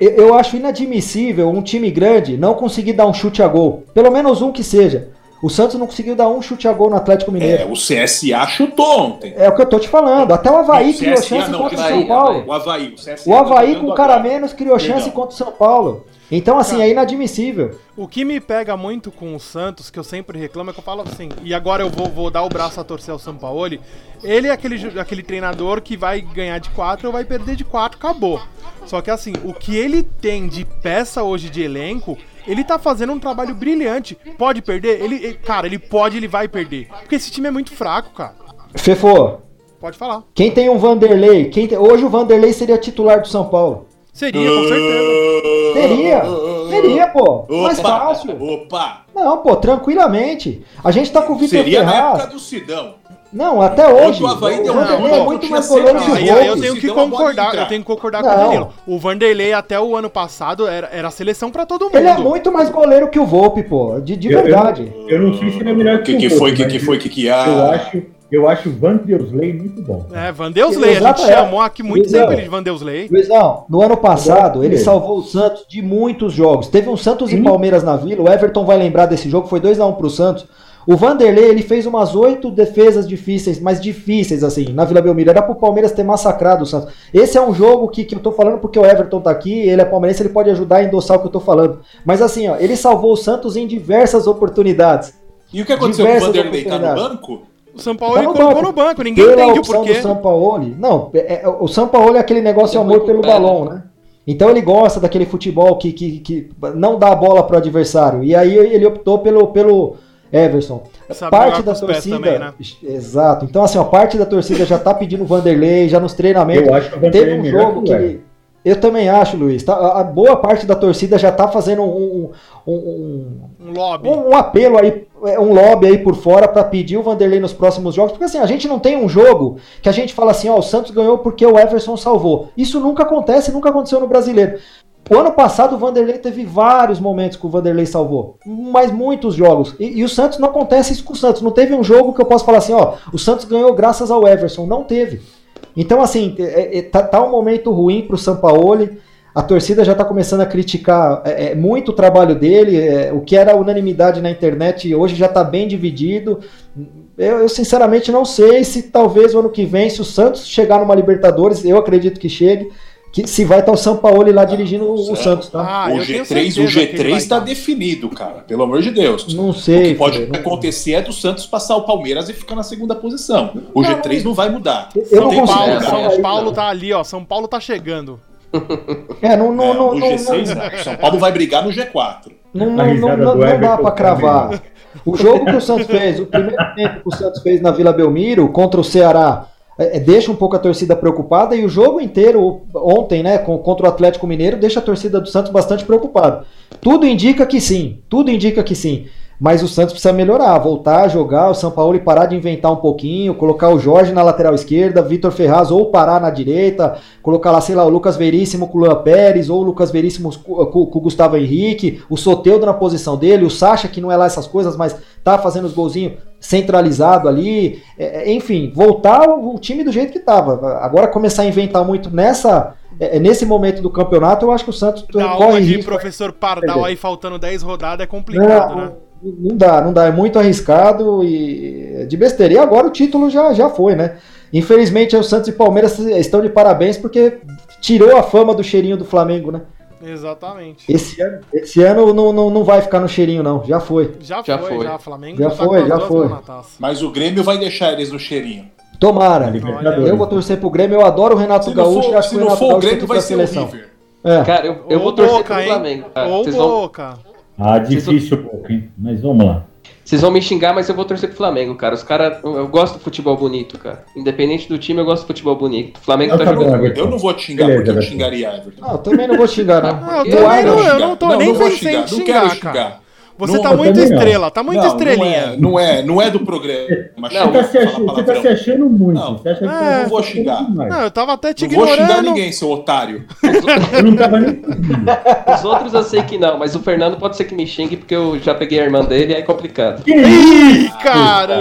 B: Eu, eu acho inadmissível um time grande não conseguir dar um chute a gol, pelo menos um que seja. O Santos não conseguiu dar um chute a gol no Atlético
D: É,
B: Mineiro.
D: o CSA chutou ontem.
B: É, o que eu tô te falando, até o Havaí
D: Não,
B: criou
D: CSA
B: chance
D: ah, não,
B: contra o
E: Havaí,
B: São Paulo.
E: Havaí.
D: O Havaí. O, CSA
B: É. O Havaí
D: tá
B: com
D: jogando
B: o cara
D: agora.
B: menos criou
D: Perdão.
B: chance contra o São Paulo. Então, assim, é inadmissível.
C: O que me pega muito com o Santos, que eu sempre reclamo, é que eu falo assim, e agora eu vou, vou dar o braço a torcer ao Sampaoli, ele é aquele, ju- aquele treinador que vai ganhar de 4 ou vai perder de 4, acabou. Só que assim, o que ele tem de peça hoje de elenco, ele tá fazendo um trabalho brilhante. Pode perder? Ele, ele- cara, ele pode, ele vai perder. Porque esse time é muito fraco, cara.
B: Fefô,
C: Pode falar.
B: quem tem um Vanderlei? Quem tem- Hoje o Vanderlei seria titular do São Paulo.
C: Seria, com certeza.
D: Ah,
B: Seria. Seria, pô.
D: Opa,
B: Mais fácil.
D: Opa!
B: Não, pô, tranquilamente. A gente tá com o Vitor
D: Seria na
B: Ferraz.
D: época do Sidão.
B: Não, até hoje.
D: o Havaí deu
B: o
D: uma
B: Vanderlei
D: bola,
B: é muito
D: tinha
B: mais
D: sempre-
B: goleiro que
D: Não,
B: o
C: Aí, aí eu
B: Volpi.
C: tenho
D: Se
C: que
D: der uma bola,
C: concordar,
D: entra.
C: eu tenho que concordar com o
B: Não.
C: Danilo. O Vanderlei até o ano passado era, era seleção pra todo mundo.
B: Ele é muito mais goleiro que o Volpe, pô. De, de
A: Eu- eu-
B: verdade.
A: Eu não sei se ele é melhor
D: que, que
A: o
D: foi,
A: Volpi,
D: que,
A: mas
D: que foi, que que
A: Eu
D: há?
A: acho, eu acho o Van Deusley muito bom.
C: É, Vanderlei, a gente
B: Exato, é.
C: chamou aqui muito
B: Exato.
C: tempo ele de Vanderlei.
B: Luizão, no ano passado, ele
A: Sim.
B: salvou o Santos de muitos jogos. Teve um Santos e
A: Sim.
B: Palmeiras na Vila, o Everton vai lembrar desse jogo, foi 2 a 1 pro Santos. O Vanderlei, ele fez umas oito defesas difíceis, mas difíceis, assim, na Vila Belmiro. Era pro Palmeiras ter massacrado o Santos. Esse é um jogo que, que eu tô falando porque o Everton tá aqui, ele é palmeirense, ele pode ajudar a endossar o que eu tô falando. Mas assim, ó, ele salvou o Santos em diversas oportunidades.
D: E o que aconteceu com o
B: Diversas
D: Vanderlei? Tá no
B: oportunidades.
D: banco?
C: O São Paulo
B: Tá
C: ele
B: no
C: colocou
B: banco.
C: no banco, ninguém
B: Pela
C: entende o
B: opção do
C: porquê.
B: Sampaoli. Não, é- é- o Sampaoli é aquele negócio
E: É
B: amor
E: muito
B: pelo
E: pé, né?
B: balão, né? Então ele gosta daquele futebol que, que, que não dá a bola pro adversário. E aí ele optou pelo, pelo Everson.
C: Sabe
B: parte
C: jogar
B: da
C: com os pés
B: torcida.
C: também, né?
B: Exato. Então, assim, ó, parte da torcida já tá pedindo o Vanderlei, já nos treinamentos.
A: Eu acho que o
B: Teve
A: Vanderlei é
B: um
A: melhor
B: jogo
A: que o Everton.
B: que. Eu também acho, Luiz. tá? a, a boa parte da torcida já tá fazendo um- um- um,
C: Um lobby.
B: um, um apelo aí, é, um lobby aí por fora pra pedir o Vanderlei nos próximos jogos, porque assim, a gente não tem um jogo que a gente fala assim, ó, o Santos ganhou porque o Everson salvou. Isso nunca acontece, nunca aconteceu no brasileiro. O ano passado o Vanderlei teve vários momentos que o Vanderlei salvou, mas muitos jogos. E, e o Santos não acontece isso com o Santos. Não teve um jogo que eu posso falar assim, ó, o Santos ganhou graças ao Everson. Não teve. Então, assim, é- é- tá, tá um momento ruim pro Sampaoli. A torcida já tá começando a criticar é, é, muito o trabalho dele. é, o que era unanimidade na internet hoje já tá bem dividido. Eu, eu, sinceramente não sei se talvez o ano que vem, se o Santos chegar numa Libertadores, eu acredito que chegue, que se vai estar o Sampaoli lá dirigindo o, o Santos, tá?
C: Ah,
D: o
C: eu tenho
D: G3,
C: certeza
D: o
C: que ele vai
D: G3 tá
C: dar.
D: definido, cara. Pelo amor de Deus.
B: Não
D: Ah, O
B: sei.
D: que pode
B: Fê, não-
D: acontecer é do Santos passar o Palmeiras e ficar na segunda posição. O G3 não vai mudar.
B: Eu
D: Não
B: não
D: tem
B: consigo né?
D: como,
C: Paulo,
D: cara.
B: falar
C: São
B: isso,
C: Paulo
B: não.
C: tá ali, ó. São Paulo tá chegando.
B: É, não, não,
D: É,
B: não,
D: o
B: não-
D: G6 não. O São Paulo vai brigar no G4.
B: Não,
A: A
B: não, não,
A: risada
B: não,
A: do
B: não dá
A: Everton
B: pra cravar.
A: também.
B: O jogo que o Santos fez, o primeiro tempo que o Santos fez na Vila Belmiro contra o Ceará, é, é, deixa um pouco a torcida preocupada e o jogo inteiro, ontem, né, com- contra o Atlético Mineiro, deixa a torcida do Santos bastante preocupada. Tudo indica que sim, tudo indica que sim. Mas o Santos precisa melhorar, voltar a jogar, o São Paulo parar de inventar um pouquinho, colocar o Jorge na lateral esquerda, Vitor Ferraz ou parar na direita, colocar lá, sei lá, o Lucas Veríssimo com o Luan Pérez, ou o Lucas Veríssimo co- co- com, o Gustavo Henrique, o Soteudo na posição dele, o Sacha, que não é lá essas coisas, mas tá fazendo os golzinhos centralizado ali. É, é, enfim, voltar o, o time do jeito que tava. Agora começar a inventar muito nessa. é, é, nesse momento do campeonato, eu acho que o Santos
C: Da
B: corre
C: uma de
B: risco.
C: professor Pardal aí faltando 10 rodadas é complicado, né?
B: Não, não dá, não dá, é muito arriscado e é de besteira. E agora o título já, já foi, né? Infelizmente, o Santos e Palmeiras estão de parabéns porque tirou a fama do cheirinho do Flamengo, né?
C: Exatamente.
B: Esse ano, esse ano não, não, não vai ficar no cheirinho, não, já foi.
C: Já,
E: Já
C: foi,
E: foi.
C: já. Flamengo tá
B: Já
C: com
B: foi,
C: as
B: já
C: duas
B: foi.
C: mãos na taça.
D: Mas o Grêmio vai deixar eles no cheirinho.
A: A
B: Tomara.
A: Libertadores.
B: Eu vou torcer pro Grêmio, eu adoro o Renato
D: Se não
B: Gaúcho,
D: for,
B: acho
D: se
B: que o
D: não
B: Renato
D: for o
B: Gaúcho tem
D: Grêmio,
B: que ir
D: vai
B: pra
D: ser o
B: seleção.
D: River.
B: É.
E: Cara, eu, eu
C: Ô,
E: vou torcer
C: Boca,
E: pro
C: hein?
E: Flamengo.
D: É,
E: cara.
C: Ô,
E: Vocês vão,
C: Boca.
A: Ah, difícil um pouco, hein? Mas vamos lá.
E: vocês vão me xingar, mas eu vou torcer pro Flamengo, cara. Os caras. Eu eu gosto do futebol bonito, cara. Independente do time, eu gosto do futebol bonito. O Flamengo
B: É
A: Eu
E: tá
A: também,
E: jogando.
A: Everton.
D: Eu não vou te xingar
A: Beleza,
D: porque eu
A: Everton.
D: xingaria Everton.
B: Ah, eu também não vou xingar, não.
C: Ah, eu
E: Eu
C: também
B: quero
C: não, eu
D: xingar.
C: não tô nem
D: vou
C: pensando em
D: xingar, não
C: xingar,
D: quero
C: cara.
D: xingar.
C: Você
D: Não,
C: tá
A: eu
C: muito
A: também não.
C: estrela, tá muito
D: Não,
C: estrelinha.
D: Não é, não é, não é do programa. é
E: Não,
A: Você tá, se achando, você tá se achando muito.
D: Não.
A: Você acha que
C: É,
A: eu
D: não vou xingar.
C: Não,
B: é.
A: demais.
C: eu tava até te
D: Não vou xingar
C: ignorando.
D: ninguém, seu otário.
A: Eu não tava nem pedindo.
E: Os outros eu sei que não, mas o Fernando pode ser que me xingue porque eu já peguei a irmã dele, aí é complicado.
A: Que
C: Ih,
A: isso?
C: caramba,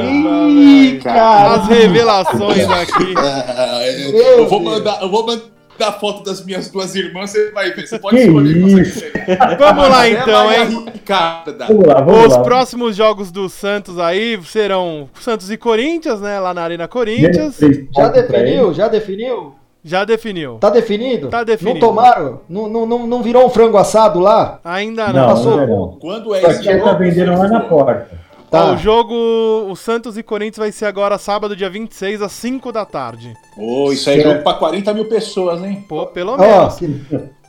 B: Ih,
C: velho.
B: cara.
C: As revelações aqui.
D: Ah, eu,
B: Meu
D: eu vou
B: Deus.
D: mandar, eu vou mandar foto das minhas duas irmãs, você vai ver. Você pode
A: Que
D: escolher qual você
A: isso?
D: quiser.
C: Vamos lá
D: Marcela
C: então,
D: e a
C: hein?
D: Ricarda.
A: Vamos lá, vamos
C: Os
A: lá.
C: próximos jogos do Santos aí serão Santos e Corinthians, né? Lá na Arena Corinthians.
A: Três
D: Tá
B: Já
A: pontos pra ele.
B: definiu? Já definiu?
C: Já definiu.
B: Tá definido?
C: Tá definido.
B: Não tomaram? Não, não, não, não virou um frango assado lá?
C: Ainda
A: Não,
C: não.
A: não
B: Ah, Passou
A: é
B: o
A: não.
B: ponto.
D: Quando é
A: Só que
D: esse
A: ele tá
D: jogo?
A: vendendo lá na porta.
B: Tá.
C: Ó, o jogo, o Santos e Corinthians vai ser agora sábado, dia 26, às 5 da tarde.
D: Ô, isso aí é jogo pra 40 mil pessoas, hein?
C: Pô, pelo
B: Ó,
C: menos.
B: que-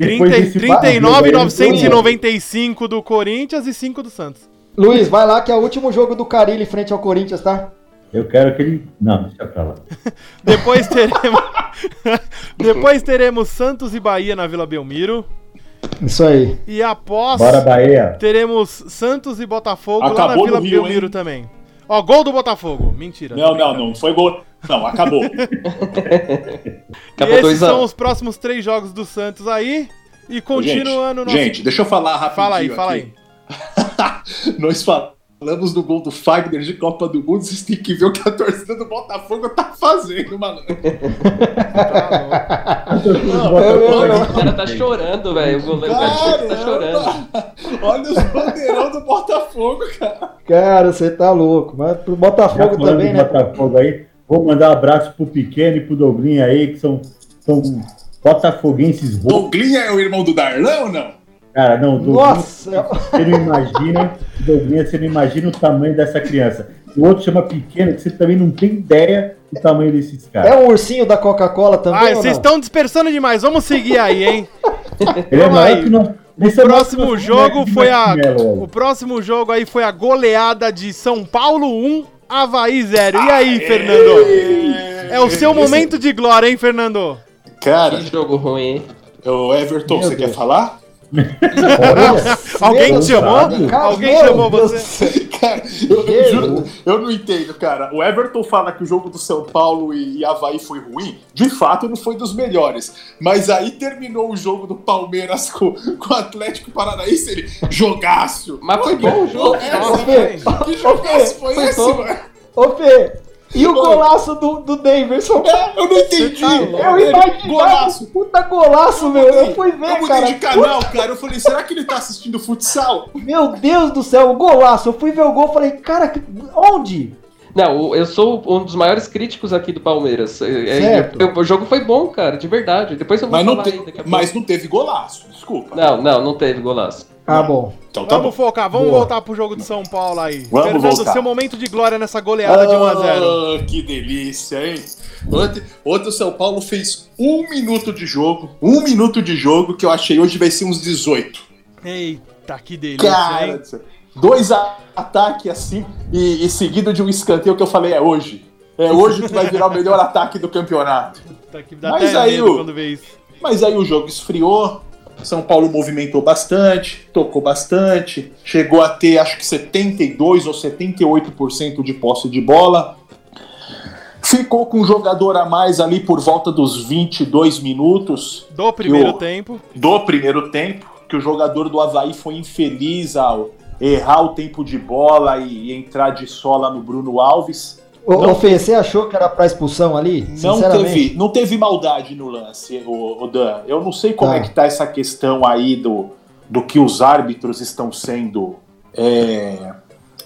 A: Depois desse barulho aí,
C: 39,995 do Corinthians e 5 do Santos.
B: Luiz, vai lá que é o último jogo do Carilli frente ao Corinthians, tá?
A: Eu quero que ele. Não, deixa pra lá.
C: Depois teremos. Depois teremos Santos e Bahia na Vila Belmiro.
B: Isso aí.
C: E após
A: Bora, Bahia.
C: teremos Santos e Botafogo lá na
D: Acabou
C: Vila
D: no Rio,
C: Belmiro
D: hein?
C: também. Ó, gol do Botafogo. Mentira.
D: Não, não, não. Foi gol. Não, acabou.
C: E
E: Acabou
C: esses
E: 2 a
D: um.
C: são
E: 1.
C: os próximos três jogos do Santos aí. E continuando
D: gente, gente, deixa eu falar rapidinho.
C: fala aí, fala
D: aqui.
C: aí.
D: Nós falamos do gol do Fagner de Copa do Mundo. Vocês têm que ver o que a torcida do Botafogo tá fazendo, malandro.
C: Tá
E: O cara tá chorando, velho. O goleiro Pacheco tá chorando.
D: Caramba! Olha os bandeirão do Botafogo, cara.
B: Cara, você tá louco. Mas pro
A: Já
B: Botafogo
A: falando
B: também,
A: do
B: né?
A: Botafogo aí, vou mandar um abraço pro Pequeno e pro Douglinho aí, que são, são botafoguenses bons.
D: Douglinha é o irmão do Darlão ou não?
A: Cara, não, o Douglinho,
B: Nossa!
A: você não imagina, o Douglinho, você não imagina o tamanho dessa criança. O outro chama Pequeno, que você também não tem ideia do tamanho desses
B: É
A: caras.
B: um ursinho da Coca-Cola também?
C: Ai,
B: ou
C: Ah, vocês
B: não?
C: estão dispersando demais. Vamos seguir aí, hein?
A: Ele é
C: vamos
A: maior
C: aí.
A: que nós. Nesse é maior que
C: próximo
A: nós-
C: jogo
A: de
C: foi a.
A: Marshmallow, olha.
C: O próximo jogo aí foi a goleada de São Paulo 1, Havaí 0. E aí, Fernando? É o seu momento de glória, hein, Fernando?
D: Cara,
E: Que jogo ruim, hein?
D: o Everton,
B: Meu
D: você
B: Deus.
D: quer falar?
B: Olha,
C: Alguém
B: meu
C: te chamou?
A: Deus.
C: Alguém
B: Meu
C: chamou
B: Deus do
C: você?
B: céu.
D: Cara, eu,
B: Que
D: juro, eu não entendo, cara. O Everton fala que o jogo do São Paulo e e Havaí foi ruim. De fato, não foi dos melhores. Mas aí terminou o jogo do Palmeiras com, com o Atlético Paranaense. Ele, jogaço!
E: Mas foi bom o jogo.
D: É,
E: nossa.
D: que jogaço foi
B: foi
D: esse,
B: bom.
D: mano?
B: Ô, Fê, e o
D: Ô.
B: golaço do, do Davidson?
D: É, eu não entendi.
C: tá louco.
B: Eu
D: Ele,
B: imaginava um
D: Golaço!
B: puta golaço, meu. Eu fui
D: Eu
B: ver,
D: mudei
B: cara.
D: de canal, cara. Eu falei, será que ele tá assistindo futsal?
B: Meu Deus do céu, o golaço. Eu fui ver o gol falei, cara, que- onde?
E: Não, o- eu sou um dos maiores críticos aqui do Palmeiras. É, é,
B: Certo.
E: eu- o jogo foi bom, cara, de verdade. Depois eu vou
D: Mas não,
E: falar
D: te-
E: aí daqui a pouco.
D: mas não teve golaço, desculpa.
E: Não, não, não teve golaço.
B: Ah, bom.
D: Então tá bom.
C: Vamos focar, vamos
B: Boa.
C: voltar pro jogo de São Paulo aí.
D: Vamos
C: Fernando,
D: voltar.
C: seu momento de glória nessa goleada
E: um
C: de 1x0.
D: Ah, Que delícia, hein? Ontem, ontem o São Paulo fez um minuto de jogo, um minuto de jogo, que eu achei hoje vai ser uns 18.
C: Eita, que delícia,
D: Cara,
C: hein?
D: dois a- ataques assim, e, e seguido de um escanteio que eu falei, é hoje. É hoje que vai virar o melhor ataque do campeonato.
C: Puta, que dá
D: Mas
C: até
D: aí,
C: medo
D: o-
C: quando vê isso.
D: Mas aí o jogo esfriou, São Paulo movimentou bastante, tocou bastante, chegou a ter acho que 72 ou 78% de posse de bola. Ficou com um jogador a mais ali por volta dos 22 minutos
C: Do primeiro
D: o-
C: tempo.
D: do primeiro tempo, que o jogador do Havaí foi infeliz ao errar o tempo de bola e entrar de sola no Bruno Alves.
B: Ô,
D: Não.
B: ô, Fê, você achou que era pra expulsão ali?
D: Não
B: Sinceramente.
D: teve, não teve maldade no lance, o, Dan. Eu não sei como
B: Tá.
D: é que tá essa questão aí do, do que os árbitros estão sendo é,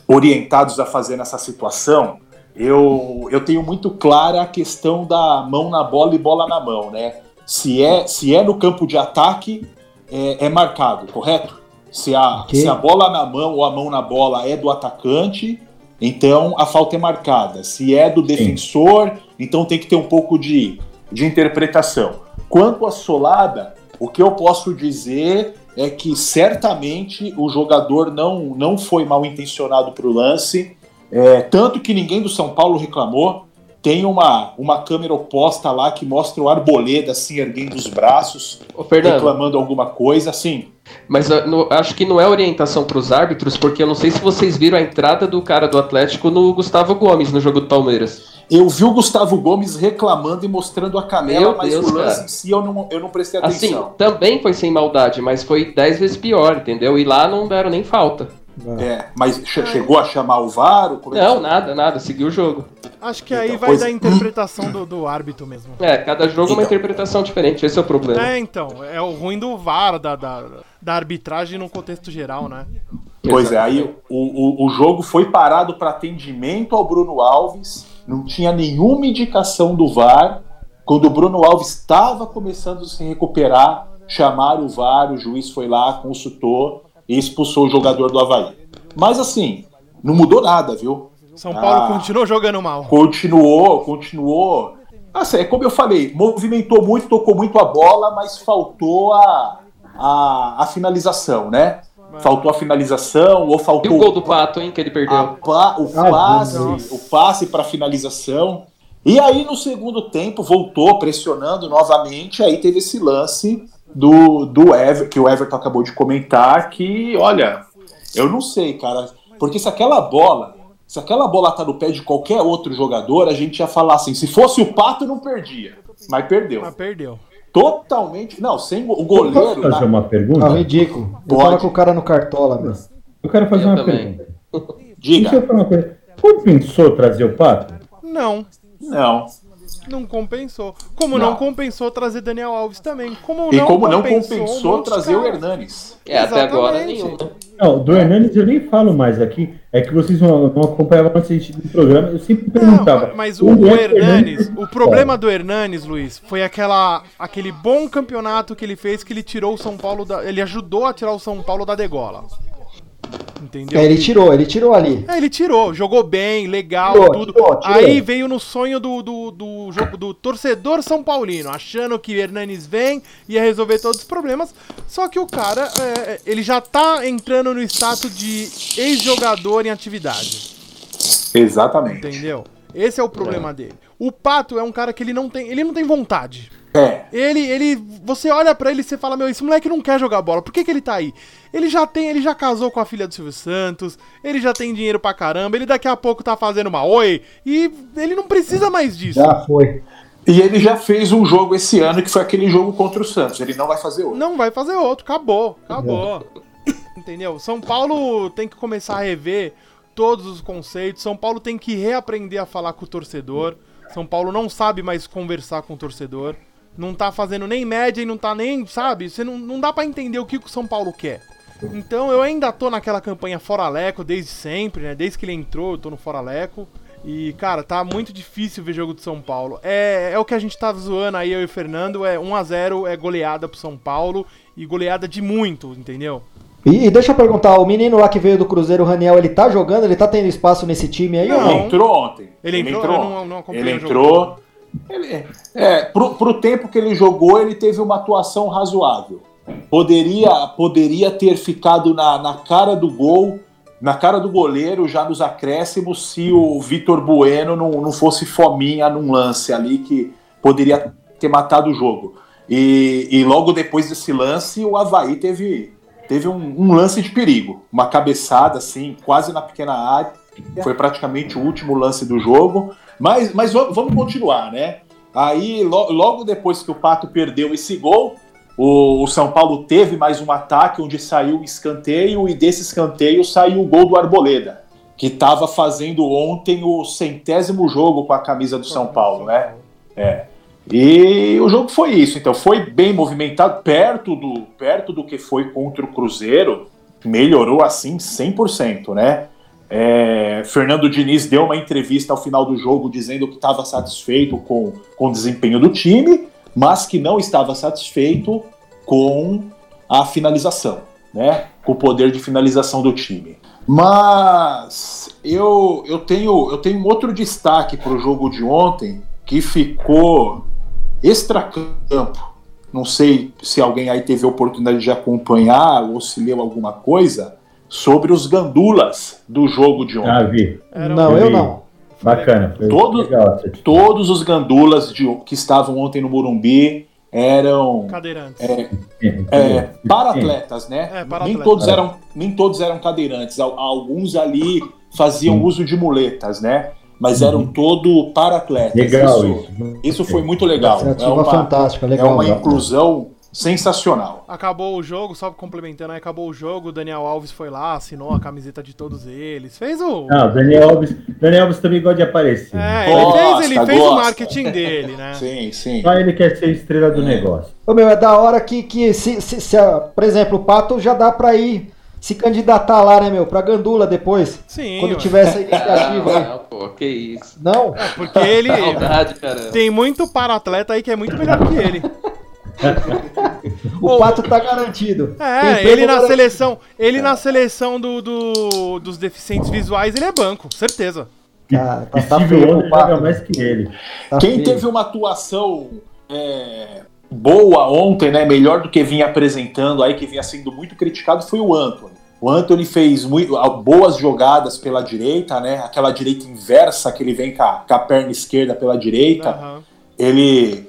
D: orientados a fazer nessa situação. Eu, eu tenho muito clara a questão da mão na bola e bola na mão, né? Se é, se é no campo de ataque, é, é marcado, correto? Se a,
B: Ok.
D: se a bola na mão ou a mão na bola é do atacante, então a falta é marcada. Se é do defensor, então tem que ter um pouco de, de interpretação. Quanto à solada, o que eu posso dizer é que certamente o jogador não, não foi mal intencionado para o lance. É, tanto que ninguém do São Paulo reclamou. Tem uma, uma câmera oposta lá que mostra o arboleda assim erguendo os braços,
E: Ô, Fernando,
D: reclamando alguma coisa, assim.
E: mas eu não- acho que não é orientação pros árbitros, porque eu não sei se vocês viram a entrada do cara do Atlético no Gustavo Gomes no jogo do Palmeiras.
D: Eu vi o Gustavo Gomes reclamando e mostrando a canela,
E: Meu
D: mas
E: Deus,
D: o lance
E: cara.
D: em si eu não, eu não prestei
E: Assim,
D: atenção.
E: também foi sem maldade, mas foi dez vezes pior, entendeu? E lá não deram nem falta.
D: É, mas che- chegou a chamar o VAR? Como é que
E: Não,
D: foi?
E: nada, nada, seguiu o jogo.
C: Acho que aí
D: Então,
C: vai
D: pois-
C: dar interpretação do, do árbitro mesmo.
E: É, cada jogo é uma
D: Então.
E: interpretação diferente, esse é o problema.
C: É, então, é o ruim do VAR, da, da, da arbitragem no contexto geral, né?
D: Pois é, aí o, o, o jogo foi parado para atendimento ao Bruno Alves, não tinha nenhuma indicação do VAR. Quando o Bruno Alves estava começando a se recuperar, chamaram o VAR, o juiz foi lá, consultou e expulsou o jogador do Havaí. Mas assim, não mudou nada, viu?
C: São Paulo
D: Ah.
C: continuou jogando mal.
D: Continuou, continuou. Assim, é como eu falei, movimentou muito, tocou muito a bola, mas faltou a, a, a finalização, né? Faltou a finalização ou
E: E
D: faltou
E: o gol do Pato, hein, que ele perdeu?
D: a pa- o
A: Ah,
D: passe,
A: nossa.
D: o passe para finalização. E aí no segundo tempo voltou pressionando novamente, aí teve esse lance do do Ever, que o Everton acabou de comentar que, olha, eu não sei, cara, porque se aquela bola Se aquela bola tá no pé de qualquer outro jogador, a gente ia falar assim: se fosse o Pato, não perdia. Mas perdeu.
C: Mas perdeu.
D: Totalmente. Não, sem go- o
A: Posso
D: goleiro. tá?
A: fazer
D: na-
A: uma pergunta?
B: Ah, ridículo. Eu
D: Pode.
B: tava com o cara no cartola, meu.
A: Eu quero fazer
E: Eu
A: uma
E: também.
A: pergunta. Deixa
D: Diga.
A: eu falar uma coisa. Compensou trazer o Pato?
C: Não,
D: Não.
C: não compensou. Como não,
D: Não.
C: compensou trazer Daniel Alves também. Como
D: E
C: não
D: como não
C: compensou um
D: compensou
C: monte de
D: trazer o
C: cara.
D: Hernanes.
E: É, até agora
C: Exatamente.
E: nenhum.
A: Não, do Hernandes eu nem falo mais aqui. É que vocês não, não acompanhavam antes de- do programa. Eu sempre perguntava. é
C: Não, mas o, o
A: Hernandes-
C: Hernanes, o problema do Hernanes, Luiz, foi aquela, aquele bom campeonato que ele fez que ele tirou o São Paulo da. Ele ajudou a tirar o São Paulo da degola. Entendeu?
B: É, ele tirou, ele tirou ali.
C: É, ele tirou, jogou bem, legal,
B: Tirou,
C: tudo.
B: tirou, tirou.
C: Aí veio no sonho do, do, do jogo do torcedor São Paulino, achando que Hernanes vem, ia resolver todos os problemas. Só que o cara, é, é, ele já tá entrando no status de ex-jogador em atividade.
D: Exatamente.
C: Entendeu? Esse é o problema dele. O Pato é um cara que ele não tem, ele não tem vontade.
D: É.
C: Ele, ele, você olha pra ele e você fala, meu, esse moleque não quer jogar bola. Por que, que ele tá aí? Ele já tem, ele já casou com a filha do Silvio Santos, ele já tem dinheiro pra caramba, ele daqui a pouco tá fazendo uma oi e ele não precisa mais disso.
B: Já foi.
D: E ele já fez um jogo esse ano que foi aquele jogo contra o Santos. Ele não vai fazer outro.
C: Não vai fazer outro, acabou, acabou. Entendeu? São Paulo tem que começar a rever todos os conceitos. São Paulo tem que reaprender a falar com o torcedor. São Paulo não sabe mais conversar com o torcedor. Não tá fazendo nem média e não tá nem, sabe? Você não, não dá pra entender o que que o São Paulo quer. Então eu ainda tô naquela campanha Fora Leco desde sempre, né? Desde que ele entrou, eu tô no Fora Leco. E, cara, tá muito difícil ver jogo do São Paulo. É, é o que a gente tá zoando aí, eu e o Fernando. É 1x0, é goleada pro São Paulo. E goleada de muito, entendeu?
B: E, e deixa eu perguntar, o menino lá que veio do Cruzeiro, o Raniel, ele tá jogando? Ele tá tendo espaço nesse time aí? ou
C: Não.
D: Ele entrou ontem.
C: Ele entrou? Eu não- não acompanhei
D: ele
C: o jogo.
D: entrou. Ele- é, pro, pro tempo que ele jogou, ele teve uma atuação razoável. Poderia, poderia ter ficado na, na cara do gol, na cara do goleiro, já nos acréscimos, se o Vitor Bueno não, não fosse fominha num lance ali que poderia ter matado o jogo. E, e logo depois desse lance, o Havaí teve, teve um, um lance de perigo. Uma cabeçada, assim, quase na pequena área. Foi praticamente o último lance do jogo. Mas, mas va- vamos continuar, né? Aí, lo- logo depois que o Pato perdeu esse gol, o, o São Paulo teve mais um ataque onde saiu o escanteio e desse escanteio saiu o gol do Arboleda, que estava fazendo ontem o centésimo jogo com a camisa do São Paulo, né? E o jogo foi isso, então foi bem movimentado, perto do, perto do que foi contra o Cruzeiro, melhorou assim 100%, né? É, Fernando Diniz deu uma entrevista ao final do jogo dizendo que estava satisfeito com, com o desempenho do time, mas que não estava satisfeito com a finalização, né? Com o poder de finalização do time. Mas eu, eu tenho eu tenho um outro destaque para o jogo de ontem que ficou extracampo. Não sei se alguém aí teve a oportunidade de acompanhar ou se leu alguma coisa sobre os gandulas do jogo de ontem.
A: Ah, vi.
C: Era
B: não,
A: um-
B: eu não.
A: Bacana. Foi
D: Todo-
A: legal essa atitude.
D: Todos os gandulas de- que estavam ontem no Morumbi eram
C: Cadeirantes.
D: é, para-atletas, né?
C: É, para-atletas.
D: nem, todos eram, nem todos eram cadeirantes. Al- Alguns ali faziam
A: Sim.
D: uso de muletas, né? Mas eram todo
B: é
D: para-atletas.
A: Legal
D: isso.
A: isso.
D: Isso foi muito legal. É
B: Iniciativa
D: uma,
B: fantástica,
D: é
B: legal.
D: uma
B: legal.
D: inclusão sensacional.
C: Acabou o jogo, só complementando aí, acabou o jogo, o Daniel Alves foi lá, assinou a camiseta de todos eles, fez o...
A: Não, Ah, Daniel Alves, Daniel Alves também gosta de aparecer.
C: É, ele
D: Gosta,
C: fez, ele fez o
D: gosta.
C: marketing dele, né?
D: Sim, sim.
A: Só ele quer ser estrela do negócio.
B: Ô, meu, é da hora que, que se, se- se a- por exemplo, o Pato já dá pra ir se candidatar lá, né, meu? Pra Gandula depois.
C: Sim,
B: quando
C: ué.
B: tiver essa
E: Não,
B: iniciativa. aí.
E: Ah, não, pô, que isso. Tá
B: Não?
C: porque ele...
E: Saudade, cara.
C: Tem muito para-atleta aí que é muito melhor que ele.
B: O Pato tá garantido.
C: É,
B: Tem
C: ele
B: emprego
C: na
B: garantido.
C: seleção, ele
D: É.
C: na seleção do, do- dos deficientes visuais, ele é banco, certeza.
B: Cara, tá,
A: E né,
B: tá
A: Steve
B: feio
A: Wonder
B: pro Pato.
A: joga mais que ele.
B: tá
D: Quem
B: feio.
D: teve uma atuação é, boa ontem, né, melhor do que vinha apresentando aí, que vinha sendo muito criticado, foi o Anthony. O Anthony fez muito, ah, boas jogadas pela direita, né? Aquela direita inversa que ele vem com a, com a perna esquerda pela direita.
C: Aham.
D: Ele,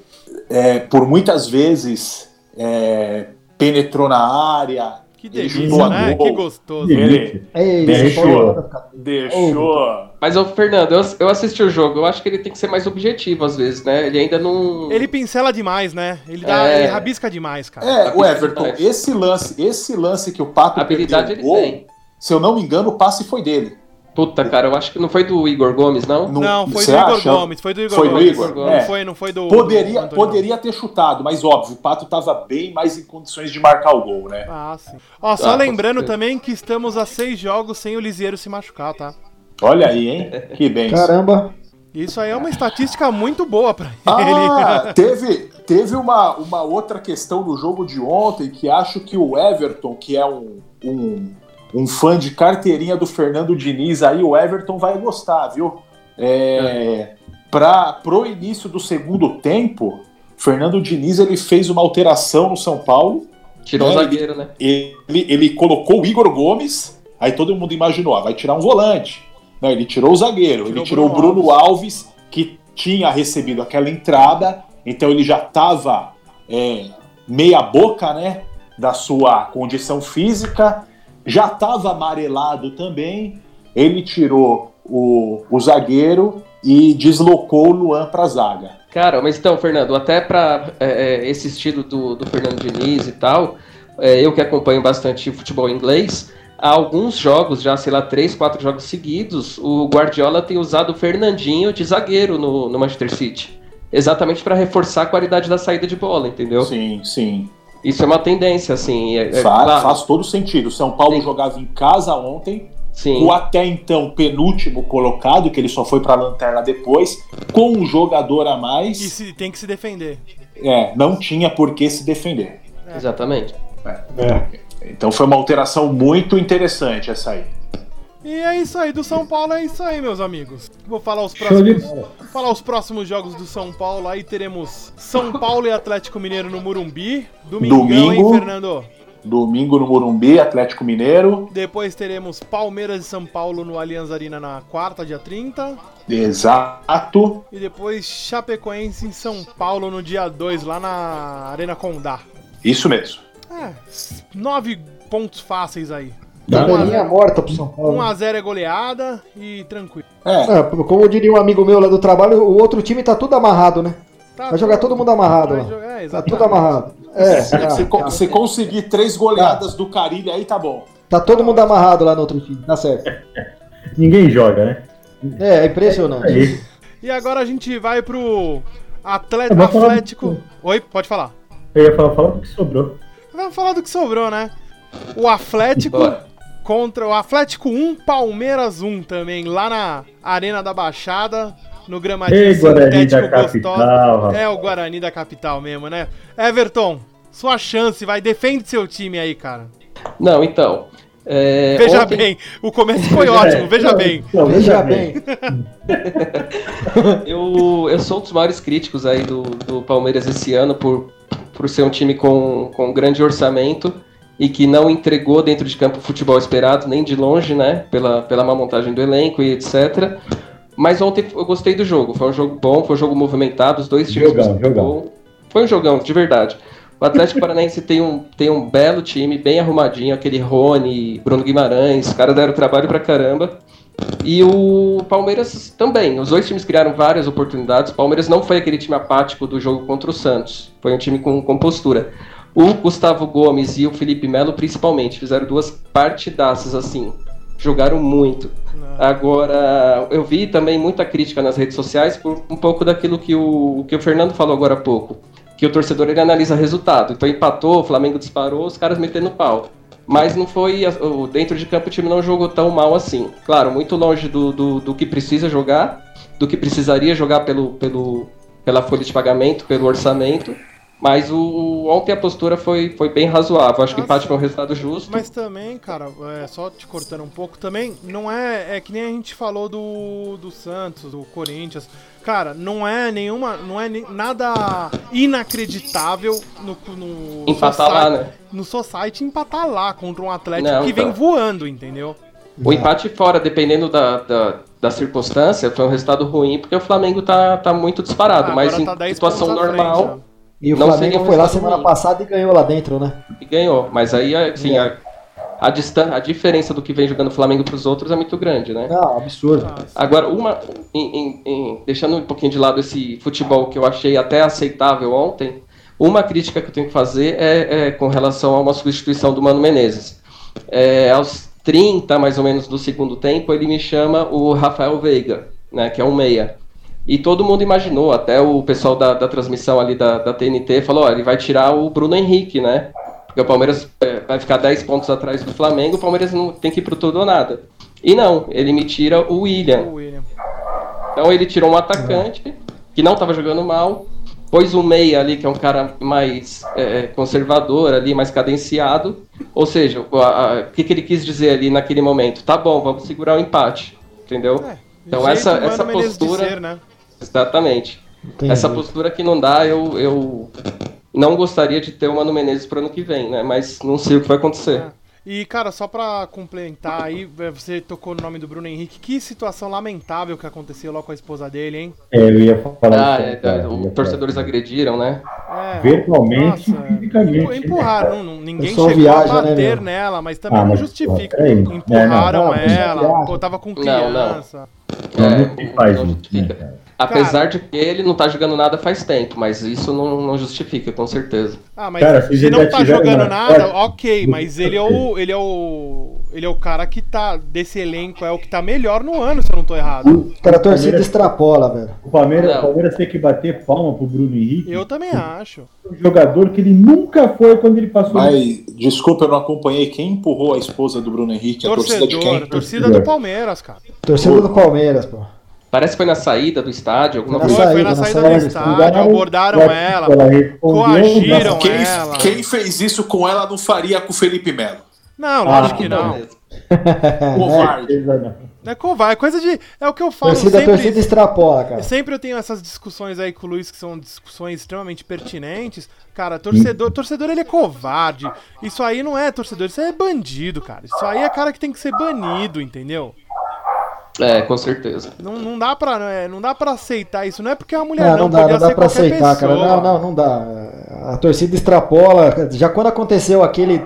D: é, por muitas vezes, é, penetrou na área,
C: Que
D: Ele
C: delícia,
D: chutou
C: né?
D: a gol.
C: Que gostoso.
F: Ele-
A: Delícia.
B: Ei,
A: Deixou.
F: Deixou.
E: Mas, ô, Fernando, eu, eu assisti o jogo, eu acho que ele tem que ser mais objetivo às vezes, né? Ele ainda não.
C: Ele pincela demais, né? Ele, dá,
E: É.
C: ele rabisca demais, cara.
D: É, o Everton,
E: Mas-
D: esse lance, esse lance que o Pato
E: A habilidade
D: perdeu
E: ele
D: o gol,
E: tem.
D: se eu não me engano, o passe foi dele.
E: Puta, cara, eu acho que não foi do Igor Gomes, não?
C: Não, foi do
D: você
C: Igor
D: acha?
C: Gomes. Foi do Igor
D: Foi do
C: Gomes.
D: Igor,
C: Não,
D: é.
C: foi, não foi do. do
D: Poderia,
C: Antônio, não.
D: poderia ter chutado, mas óbvio, o Pato estava bem mais em condições de marcar o gol, né?
C: Ah, sim. Ó, só
E: Ah, com
C: lembrando
E: certeza.
C: também que estamos a seis jogos sem o Lisieiro se machucar, tá?
D: Olha aí, hein? Que bem.
B: Caramba.
C: Isso aí é uma estatística muito boa pra ele. né?
D: Ah, teve, teve uma, uma outra questão no jogo de ontem que acho que o Everton, que é um, um, um fã de carteirinha do Fernando Diniz, aí o Everton vai gostar, viu? É, pra, pro início do segundo tempo, Fernando Diniz ele fez uma alteração no São Paulo.
E: Tirou o
D: É,
E: zagueiro, né?
D: Ele, ele colocou o Igor Gomes, aí todo mundo imaginou, ah, vai tirar um volante. Não, ele tirou o zagueiro,
C: Tirou
D: ele
C: o
D: tirou o
C: Bruno
D: Bruno Alves, que tinha recebido aquela entrada, então ele já estava meia boca, né, da sua condição física, já estava amarelado também, ele tirou o, o zagueiro e deslocou o Luan para a zaga.
E: Cara, mas então, Fernando, até pra é, é, esse estilo do, do Fernando Diniz e tal, é, eu que acompanho bastante futebol inglês, há alguns jogos, já sei lá, três, quatro jogos seguidos, o Guardiola tem usado o Fernandinho de zagueiro no, no Manchester City. Exatamente pra reforçar a qualidade da saída de bola, entendeu?
D: Sim, sim.
E: Isso é uma tendência, assim. É, é,
D: Fa-
E: claro,
D: Faz todo sentido. O São Paulo
E: Sim.
D: jogava em casa ontem,
E: sim.
D: o até então penúltimo colocado, que ele só foi para a lanterna depois, com um jogador a
C: E
D: mais,
C: se- tem que se defender.
D: é, não tinha por que se defender.
E: Exatamente.
A: É.
D: Então foi uma alteração muito interessante essa aí.
C: E é isso aí, do São Paulo é isso aí, meus amigos. Vou falar os
A: Show de
C: próximos,
A: bola.
C: falar os próximos jogos do São Paulo. Aí teremos São Paulo e Atlético Mineiro no Murumbi. Domingão, hein,
D: Domingo.
C: Fernando?
D: Domingo no Morumbi, Atlético Mineiro.
C: Depois teremos Palmeiras e São Paulo no Allianz Arena na quarta, dia 30.
D: Exato.
C: E depois Chapecoense em São Paulo no dia 2, lá na Arena Condá.
D: Isso mesmo.
C: É, nove pontos fáceis aí.
B: Tá
A: Dá uma-
B: Bandeirinha morta pro São Paulo.
C: 1x0 é goleada e tranquilo.
D: É,
B: É, como diria um amigo meu lá do trabalho, o outro time tá tudo amarrado, né?
C: Tá
B: Vai jogar todo mundo amarrado
C: Vai
B: lá.
C: jogar- é,
B: Tá
C: exatamente.
B: tudo amarrado. É,
D: se,
B: tá,
D: se con- se conseguir três goleadas do Carilho aí, tá bom.
B: tá todo mundo amarrado lá no outro time, tá certo.
A: Ninguém joga, né? Tá
B: É, é impressionante.
A: Aí,
C: E agora a gente vai pro atleta,
A: Eu vou É falar
C: Atlético. Oi, pode falar.
A: eu ia falar, fala do que sobrou.
C: Vamos falar do que sobrou, né? O Atlético
E: Bora.
C: contra o Atlético 1, Palmeiras 1 também, lá na Arena da Baixada, no gramadinho
A: Ei, Guarani da
C: gostoso.
A: capital, rapaz.
C: É o Guarani da capital mesmo, né? Everton, sua chance, vai, defende seu time aí, cara.
E: Não, então. é,
C: Veja
E: ontem-
C: bem, o começo foi ótimo, veja bem.
A: É, Não,
B: é, Veja bem.
E: Eu, eu sou um dos maiores críticos aí do, do Palmeiras esse ano por, por ser um time com, com um grande orçamento e que não entregou dentro de campo o futebol esperado, nem de longe, né? Pela, pela má montagem do elenco e etc. Mas ontem eu gostei do jogo. Foi um jogo bom, foi um jogo movimentado, os dois times
A: Jogão,
E: buscaram
A: jogão.
E: gol. Foi um jogão, de verdade. O Atlético Paranaense tem um, tem um belo time, bem arrumadinho, aquele Rony, Bruno Guimarães, os caras deram trabalho pra caramba. E o Palmeiras também. Os dois times criaram várias oportunidades. O Palmeiras não foi aquele time apático do jogo contra o Santos. Foi um time com compostura. O Gustavo Gomes e o Felipe Melo, principalmente, fizeram duas partidaças assim. Jogaram muito. Agora, eu vi também muita crítica nas redes sociais por um pouco daquilo que o, que o Fernando falou agora há pouco. Que o torcedor ele analisa resultado. Então empatou, o Flamengo disparou, os caras metendo pau. Mas não foi. a- o- Dentro de campo o time não jogou tão mal assim. Claro, muito longe do, do, do que precisa jogar, do que precisaria jogar pelo, pelo, pela folha de pagamento, pelo orçamento. Mas o, ontem a postura foi, foi bem razoável. Acho que
C: Ah,
E: empate
C: sim.
E: foi um resultado justo.
C: Mas também, cara, é, só te cortando um pouco, também não é. É que nem a gente falou do, do Santos, do Corinthians. Cara, não é nenhuma. Não é ni- nada inacreditável no. no
E: Empatar lá,
C: society-
E: né?
C: No society empatar lá contra um Atlético
E: Não,
C: que vem
E: então.
C: voando, entendeu?
E: O empate fora, dependendo da, da, da circunstância, foi um resultado ruim, porque o Flamengo tá, tá muito disparado.
C: Agora
E: mas em
C: tá 10
E: situação
C: pontos à
E: normal.
C: frente, né?
B: E o
E: Não seria
B: Flamengo
E: um
B: foi lá
E: resultado
B: semana
E: ruim.
B: passada e ganhou lá dentro, né?
E: e ganhou. Mas aí, assim, a- a, distan- a diferença do que vem jogando o Flamengo para os outros é muito grande, né?
B: Ah, absurdo.
E: Agora, uma, em- em- em- deixando um pouquinho de lado esse futebol que eu achei até aceitável ontem, uma crítica que eu tenho que fazer é, é com relação a uma substituição do Mano Menezes. É, aos 30, mais ou menos, do segundo tempo, ele me chama o Rafael Veiga, né, que é um meia. E todo mundo imaginou, até o pessoal da, da transmissão ali da, da TNT falou, ó, ele vai tirar o Bruno Henrique, né? Porque o Palmeiras é, vai ficar 10 pontos atrás do Flamengo, o Palmeiras não tem que ir pro tudo ou nada. E não, ele me tira o William.
C: O William.
E: Então ele tirou um atacante que não estava jogando mal, pôs um meia ali que é um cara mais é, conservador ali, mais cadenciado. Ou seja, o a- a- o que, que ele quis dizer ali naquele momento? Tá bom, vamos segurar o empate, entendeu?
C: É,
E: Então
C: jeito
E: essa-
C: do Mano
E: essa
C: Menezes de
E: postura-
C: ser, né?
E: Exatamente.
B: Entendi.
E: Essa postura que não dá, eu, eu não gostaria de ter o Mano Menezes pro ano que vem, né? Mas não sei o que vai acontecer.
C: E, cara, só pra complementar aí, é, você tocou no nome do Bruno Henrique. Que situação lamentável que aconteceu lá com a esposa dele, hein?
A: É, eu ia falar.
E: Ah,
A: isso,
E: é,
A: cara, eu ia
E: os
A: falar.
E: torcedores agrediram, né?
C: É,
A: Virtualmente
C: nossa,
A: e fisicamente, né,
C: empu- Empurraram, não- não- ninguém
B: Pessoal
C: chegou
B: viaja,
C: a
B: né,
C: bater
B: meu?
C: nela, mas também
A: Ah,
C: não
A: mas,
C: justifica.
A: pô, peraí.
C: Empurraram
B: É, não, não,
C: ela,
B: viaja.
C: pô, tava com
E: Não, não.
C: criança.
A: Não,
E: É,
A: não se faz
E: não
A: isso,
E: justifica.
A: né, cara?
E: Apesar de que ele não tá jogando nada faz tempo, mas isso não, não justifica, com certeza.
C: Ah, mas
A: Cara,
C: se
A: vocês
C: não
A: ainda
C: tá
A: tiveram
C: jogando
A: uma
C: nada,
A: sorte.
C: ok, mas ele é o. Ele é o. Ele é o cara que tá. Desse elenco é o que tá melhor no ano, se eu não tô errado.
B: Cara, a torcida extrapola, velho.
A: O Palmeiras,
E: Não.
A: o Palmeiras tem que bater palma pro Bruno Henrique.
C: Eu também acho.
A: Um jogador que ele nunca foi quando ele passou.
D: Mas, desculpa, eu não acompanhei. Quem empurrou a esposa do Bruno Henrique? A torcida de
C: Torcedor,
D: quem?
C: torcida do Palmeiras, cara.
B: Torcida do Palmeiras, pô.
E: Parece que foi na saída do estádio, alguma
B: Na
C: Foi,
E: coisa.
C: foi na
B: saída, na
C: saída do
B: saída,
C: estádio, abordaram ela. coagiram
A: Coagiram.
D: Quem,
C: ela.
D: quem fez isso com ela não faria com o Felipe Melo.
C: Não,
A: Ah,
C: lógico que não.
E: assim.
D: Covarde.
C: Não é covarde, é coisa de. É o que eu falo
B: Torcida, torcida
C: sempre.
B: extrapola, cara.
C: Sempre eu tenho essas discussões aí com o Luiz que são discussões extremamente pertinentes. Cara, torcedor, torcedor ele é covarde. Isso aí não é torcedor, isso aí é bandido, cara. Isso aí é cara que tem que ser banido, entendeu?
E: É, com certeza.
C: Não, não dá pra, não é- não dá pra aceitar isso. Não é porque a mulher
B: Não,
C: não,
B: não, dá,
C: podia
B: não dá
C: ser
B: pra
C: qualquer
B: aceitar,
C: pessoa.
B: cara. Não, não, não dá. A torcida extrapola. Já quando aconteceu aquele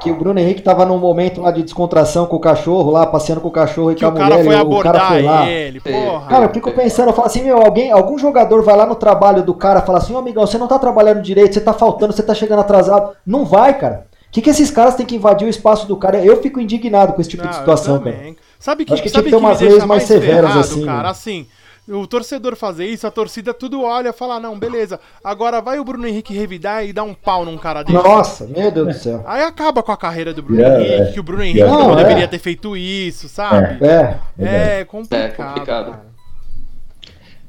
B: que o Bruno Henrique tava num momento lá de descontração com o cachorro, lá passeando com o cachorro e
C: Que
B: com a
C: o
B: mulher,
C: cara foi
B: e o cara
C: abordar
B: foi lá.
C: ele,
E: É.
C: porra.
B: Cara, eu fico pensando, eu falo assim, meu, alguém, algum jogador vai lá no trabalho do cara e fala assim, ô amigão, você não tá trabalhando direito, você tá faltando, você tá chegando atrasado. Não vai, cara. O que, que esses caras têm que invadir o espaço do cara? Eu fico indignado com esse tipo
C: Não,
B: de
C: eu
B: situação,
C: também.
B: cara.
C: Sabe que,
B: Acho que tinha que
C: sabe que
B: ter
C: me
B: umas
C: deixa
B: leis
C: mais
B: mais severas,
C: severas, ferrado,
B: assim,
C: cara?
B: né?
C: Assim, o torcedor fazer isso, a torcida tudo olha, fala, "Ah, não, beleza, agora vai o Bruno Henrique revidar e dar um pau num cara dele.
B: Nossa, meu Deus do céu.
C: Aí acaba com a carreira do Bruno
A: Yeah,
C: Henrique,
A: é.
C: que o Bruno Henrique
A: Yeah.
C: não,
B: Não, é.
C: deveria ter feito isso, sabe?
B: É.
C: É,
E: É
C: complicado.
E: complicado.
C: cara.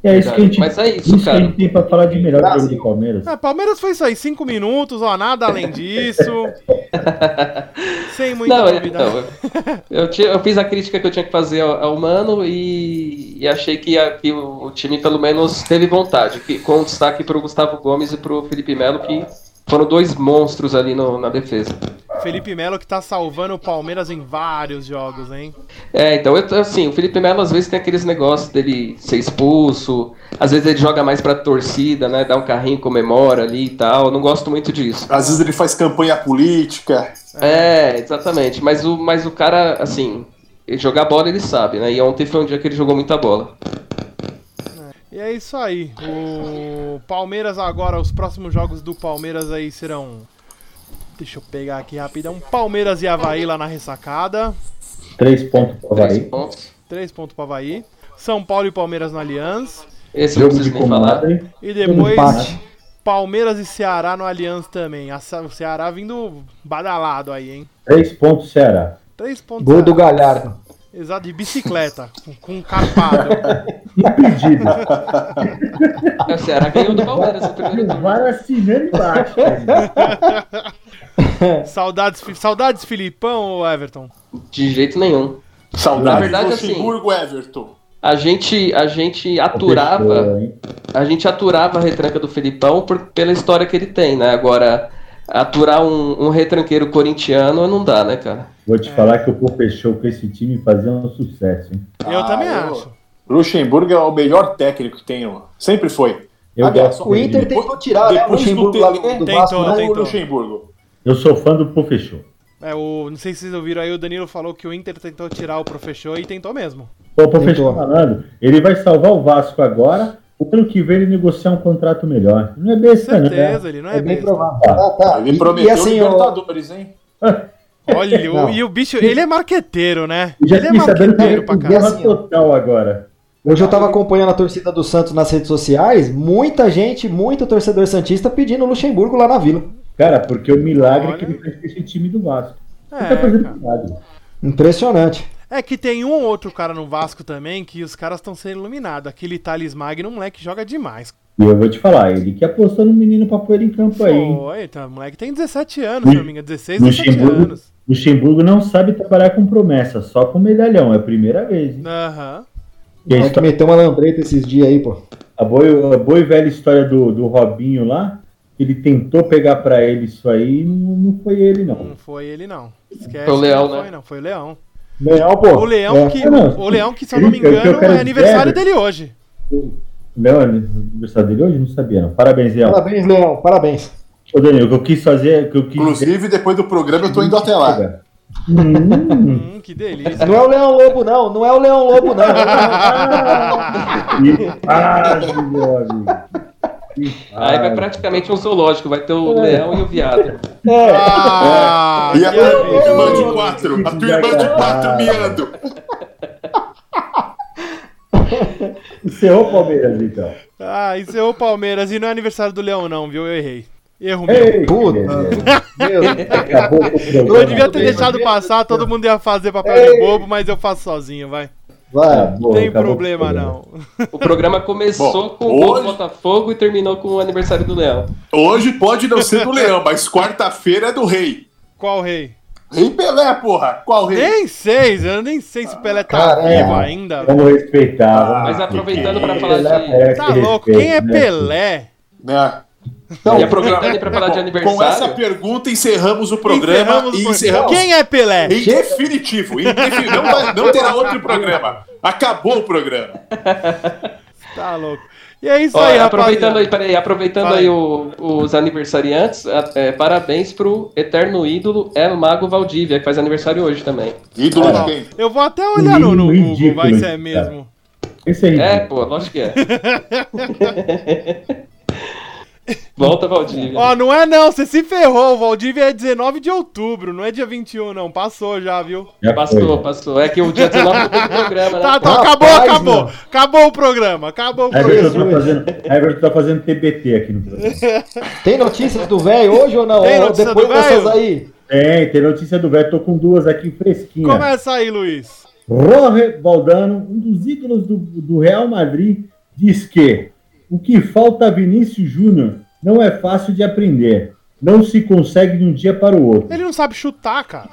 A: É isso que a gente,
E: Mas é isso,
A: isso que a
E: cara.
A: gente tem pra falar de melhor do jogo do Palmeiras.
C: Ah, Palmeiras foi isso aí, cinco minutos, ó, nada além disso. Sem muita né?
E: Não, é-
C: novidade.
E: não, eu, eu tinha- eu fiz a crítica que eu tinha que fazer ao, ao Mano e, e achei que, a- que o, o time pelo menos teve vontade, que, com destaque pro Gustavo Gomes e pro Felipe Melo, que foram dois monstros ali no- na defesa.
C: Felipe Melo que tá salvando o Palmeiras em vários jogos, hein?
E: É, então, eu, assim, o Felipe Melo às vezes tem aqueles negócios dele ser expulso, às vezes ele joga mais pra torcida, né, dá um carrinho, comemora ali e tal, eu não gosto muito disso.
D: Às vezes ele faz campanha política.
E: É, exatamente, mas o, mas o cara, assim, ele jogar bola ele sabe, né, e ontem foi um dia que ele jogou muita bola.
C: E é isso aí. O Palmeiras agora, os próximos jogos do Palmeiras aí serão. Deixa eu pegar aqui rapidão. Palmeiras e Havaí lá na ressacada.
A: Três pontos pro
E: Três
A: Havaí.
E: pontos.
C: Três pontos para Havaí. São Paulo e Palmeiras na Allianz.
E: Esse eu não
A: Jogo de
E: preciso nem falar.
A: comadre.
C: E
B: Um
C: depois
B: empate.
C: Palmeiras e Ceará no Allianz também. A Ce- O Ceará vindo badalado aí, hein?
A: Três pontos, Ceará.
C: Três pontos.
B: Gol do
C: Ceará.
B: Galhardo.
C: Exato, de bicicleta, com, com carpado.
A: Impedido.
E: É, o Ceará ganhou do Palmeiras no primeiro turno.
A: Vai assinando embaixo.
C: saudades, Fi- saudades, Filipão ou Everton?
E: De jeito nenhum.
D: Saudade
E: Na verdade,
D: de
E: assim-
D: Luxemburgo, Everton.
E: A gente, a gente aturava...
A: Fechou, hein?
E: a gente aturava a retranca do Felipão por- pela história que ele tem, né? Agora, aturar um, um retranqueiro corintiano não dá, né, cara?
A: Vou
C: É.
A: te falar que o Pô fechou com esse time e fazia um sucesso. Hein?
C: eu
D: Ah,
C: também
D: eu-
C: acho.
D: Luxemburgo é o melhor técnico que tem. ó. Sempre foi.
A: Eu,
D: Aliás,
A: gosto
B: O
A: dele.
B: Inter tentou tirar, né? O
D: Depois do
B: Luxemburgo lá do
D: Tentou,
B: Vasco, né?
D: O
C: Tentou.
D: Luxemburgo.
A: eu sou fã do Pô fechou.
C: É, o, não sei se vocês ouviram aí, o Danilo falou que o Inter tentou tirar o professor e tentou mesmo.
A: Pô, o professor falando, ele vai salvar o Vasco agora, o ano que vem ele negociar um contrato melhor. Não é besta,
C: Com
A: não.
C: certeza, ele não é,
B: É bem
C: besta.
B: provável. Tá, tá.
D: Ele
B: E-
D: prometeu
B: e assim, ó,
D: Libertadores, hein?
C: Olha, o-
B: Não.
C: e o bicho, ele é marqueteiro, né?
A: Eu já
C: ele é
A: fiquei sabendo que ele
C: marqueteiro
A: é
C: pra
B: cara.
A: guerra
B: Assim, ó.
A: total agora.
B: Hoje eu tava acompanhando a torcida do Santos nas redes sociais, muita gente, muito torcedor santista pedindo o Luxemburgo lá na Vila.
A: Cara, porque o milagre é
C: Olha.
A: que ele fez com esse time do Vasco. Ele tá
C: caralho. É,
A: fazendo
C: cara.
A: milagre.
B: Impressionante.
C: É que tem um outro cara no Vasco também que os caras estão sendo iluminados. Aquele Thales Magno, um moleque, joga demais.
A: E eu vou te falar, ele que apostou no menino pra pôr ele em campo aí. hein?
C: Pô, eita, tá, moleque tem 17 anos, se não me engano. 16, 17
A: Luxemburgo,
C: anos.
A: Luxemburgo não sabe trabalhar com promessa, só com medalhão. É a primeira vez. Hein?
C: Aham.
A: E a
B: Tem que
A: história-
B: meter uma lambreta esses dias aí, pô.
A: A boa, a boa e velha história do, do Robinho lá, ele tentou pegar pra ele isso aí e não, não foi ele, não.
C: Não foi ele, não. Esquece.
E: Foi o Leão,
C: não
E: né?
C: Foi, não. Foi o Leão.
B: Legal, pô.
C: O Leão,
A: é.
C: que,
A: Ah, não.
C: o Leão que, se eu não me
A: Eu- eu
C: engano,
A: quero
C: é aniversário
A: zero.
C: dele hoje.
A: Não, é aniversário dele hoje? Não sabia, não. Parabéns, Leão.
B: Parabéns, Leão, parabéns.
A: Ô, Danilo, o que eu quis fazer, o que eu quis
D: Inclusive, depois do programa, eu tô indo até lá.
A: Hum,
C: Hum, que delícia.
B: Não é o Leão Lobo, não, não é o Leão Lobo, não.
A: que quase, meu amigo. Que
E: Aí vai
A: quase.
E: praticamente um zoológico, vai ter o leão e o viado.
B: É,
C: Ah,
D: E a
C: que
D: tua
C: absurdo.
D: irmã de quatro, a tua irmã de quatro miando.
A: Encerrou o Palmeiras, então.
C: Ah, isso é o Palmeiras. E não é aniversário do Leão, não, viu? Eu errei. Erro meu.
A: Ei,
B: Puta.
A: beleza.
B: Meu Deus.
A: Acabou com o programa.
C: Eu devia ter deixado passar, todo mundo ia fazer papel de bobo, mas eu faço sozinho, vai.
B: Vai.
A: Acabou,
C: Tem
A: acabou com o
C: problema não.
E: O programa começou
D: Bom,
E: com o gol do
D: hoje-
E: Botafogo e terminou com o aniversário do leão.
D: Hoje pode não ser do leão, mas quarta-feira é do rei.
C: Qual rei?
D: Rei Pelé, porra! Qual rei?
C: Nem sei, eu nem sei se o Pelé tá
B: Cara, é.
C: vivo ainda. velho.
A: Vamos respeitar. vamos
E: Mas aproveitando pra falar
A: respeitar.
E: de.
A: Pelé
C: Tá
A: merece
C: louco,
A: respeito,
C: quem é
A: né?
C: Pelé?
D: Né?
E: E aproveitando pra falar de
D: Com essa
E: aniversário.
D: pergunta, encerramos o programa
C: Encerramos o
D: e
C: programa.
D: encerramos
C: Quem é Pelé?
D: em definitivo. Em definitivo. Não, vai- não terá outro programa. Acabou o programa.
C: Tá louco. E é isso
E: Ó,
C: aí,
E: aproveitando
C: rapaziada.
E: aí, peraí, aproveitando
C: Fala aí.
E: aí o- os aniversariantes, a- é, parabéns pro eterno ídolo El Mago Valdívia, que faz aniversário hoje também.
D: Ídolo de quem?
C: Eu vou até olhar no, no
A: Ridículo,
C: Google, vai se é
A: cara.
C: mesmo.
A: Esse aí.
E: É, pô, lógico que é. Volta, Valdívia.
C: Ó, não é não, você se ferrou. O Valdívia é 19 de outubro, não é dia 21, não. Passou já, viu?
A: já foi.
E: Passou, passou. É que o dia 19 foi do programa, né?
C: Tá, tá,
B: Rapaz,
C: acabou, acabou.
B: meu. É
C: Acabou o programa, acabou o
A: A
C: programa.
A: Everton tá fazendo, a Everton tá fazendo TBT aqui no programa.
B: Tem notícias do velho hoje ou não?
C: Tem
B: Ou
C: notícia
B: depois
C: do
B: dessas
C: velho?
B: aí.
A: Tem, tem notícia do Beto. Tô com duas aqui fresquinhas.
C: Começa aí, Luiz.
A: Roger Valdano, um dos ídolos do, do Real Madrid, diz que o que falta a Vinícius Júnior não é fácil de aprender. Não se consegue de um dia para o outro.
C: Ele não sabe chutar, cara.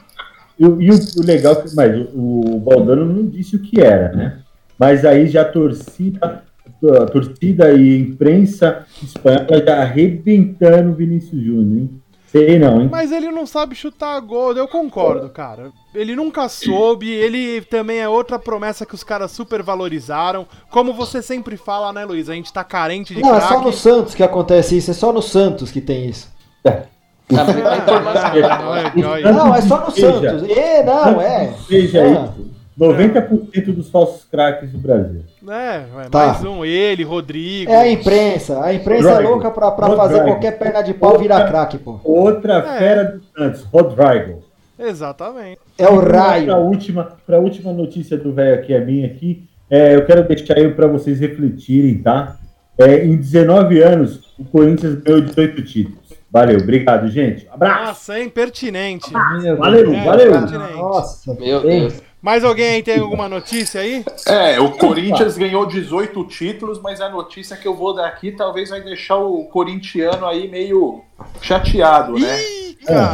A: E, o- e o, o legal, é que- mas o, o Valdano não disse o que era, né? Mas aí já a torcida, a torcida e a imprensa espanhola já arrebentando o Vinícius Júnior, hein? Sei não, hein?
C: Mas ele não sabe chutar gol, eu concordo, cara. Ele nunca soube, ele também é outra promessa que os caras super valorizaram. Como você sempre fala, né, Luiz? A gente tá carente de
B: Não, é só no
C: craque.
B: Santos que acontece isso, é só no Santos que tem isso.
E: Ah, mas vai informação.
C: Olha, olha.
B: Não, é só no
A: Seja.
B: Santos. É, não, é.
A: Seja
B: É.
A: isso. 90% dos falsos craques do Brasil.
C: É,
B: Tá.
C: mais um, ele, Rodrigo.
B: É a imprensa. A imprensa é
A: Rodrigo.
B: louca pra, pra
A: Rodrigo.
B: fazer qualquer perna de pau virar craque, pô.
A: Outra
D: É.
A: fera do Santos, Rodrigo.
C: Exatamente.
B: É o
A: Para a
B: raio.
A: última, pra última notícia do velho aqui, a minha aqui, é, eu quero deixar aí para vocês refletirem, tá? É, em 19 anos, o Corinthians ganhou 18 títulos. Valeu, obrigado, gente. Abraço!
C: Nossa, é impertinente.
A: Valeu,
C: É,
A: valeu!
C: cara.
B: Nossa,
E: Meu
B: hein?
E: Deus.
C: Mais alguém aí tem alguma notícia aí?
D: É, o Corinthians ganhou 18 títulos, mas a notícia que eu vou dar aqui talvez vai deixar o corintiano aí meio chateado, né?
C: Ih,
B: É.
C: cara.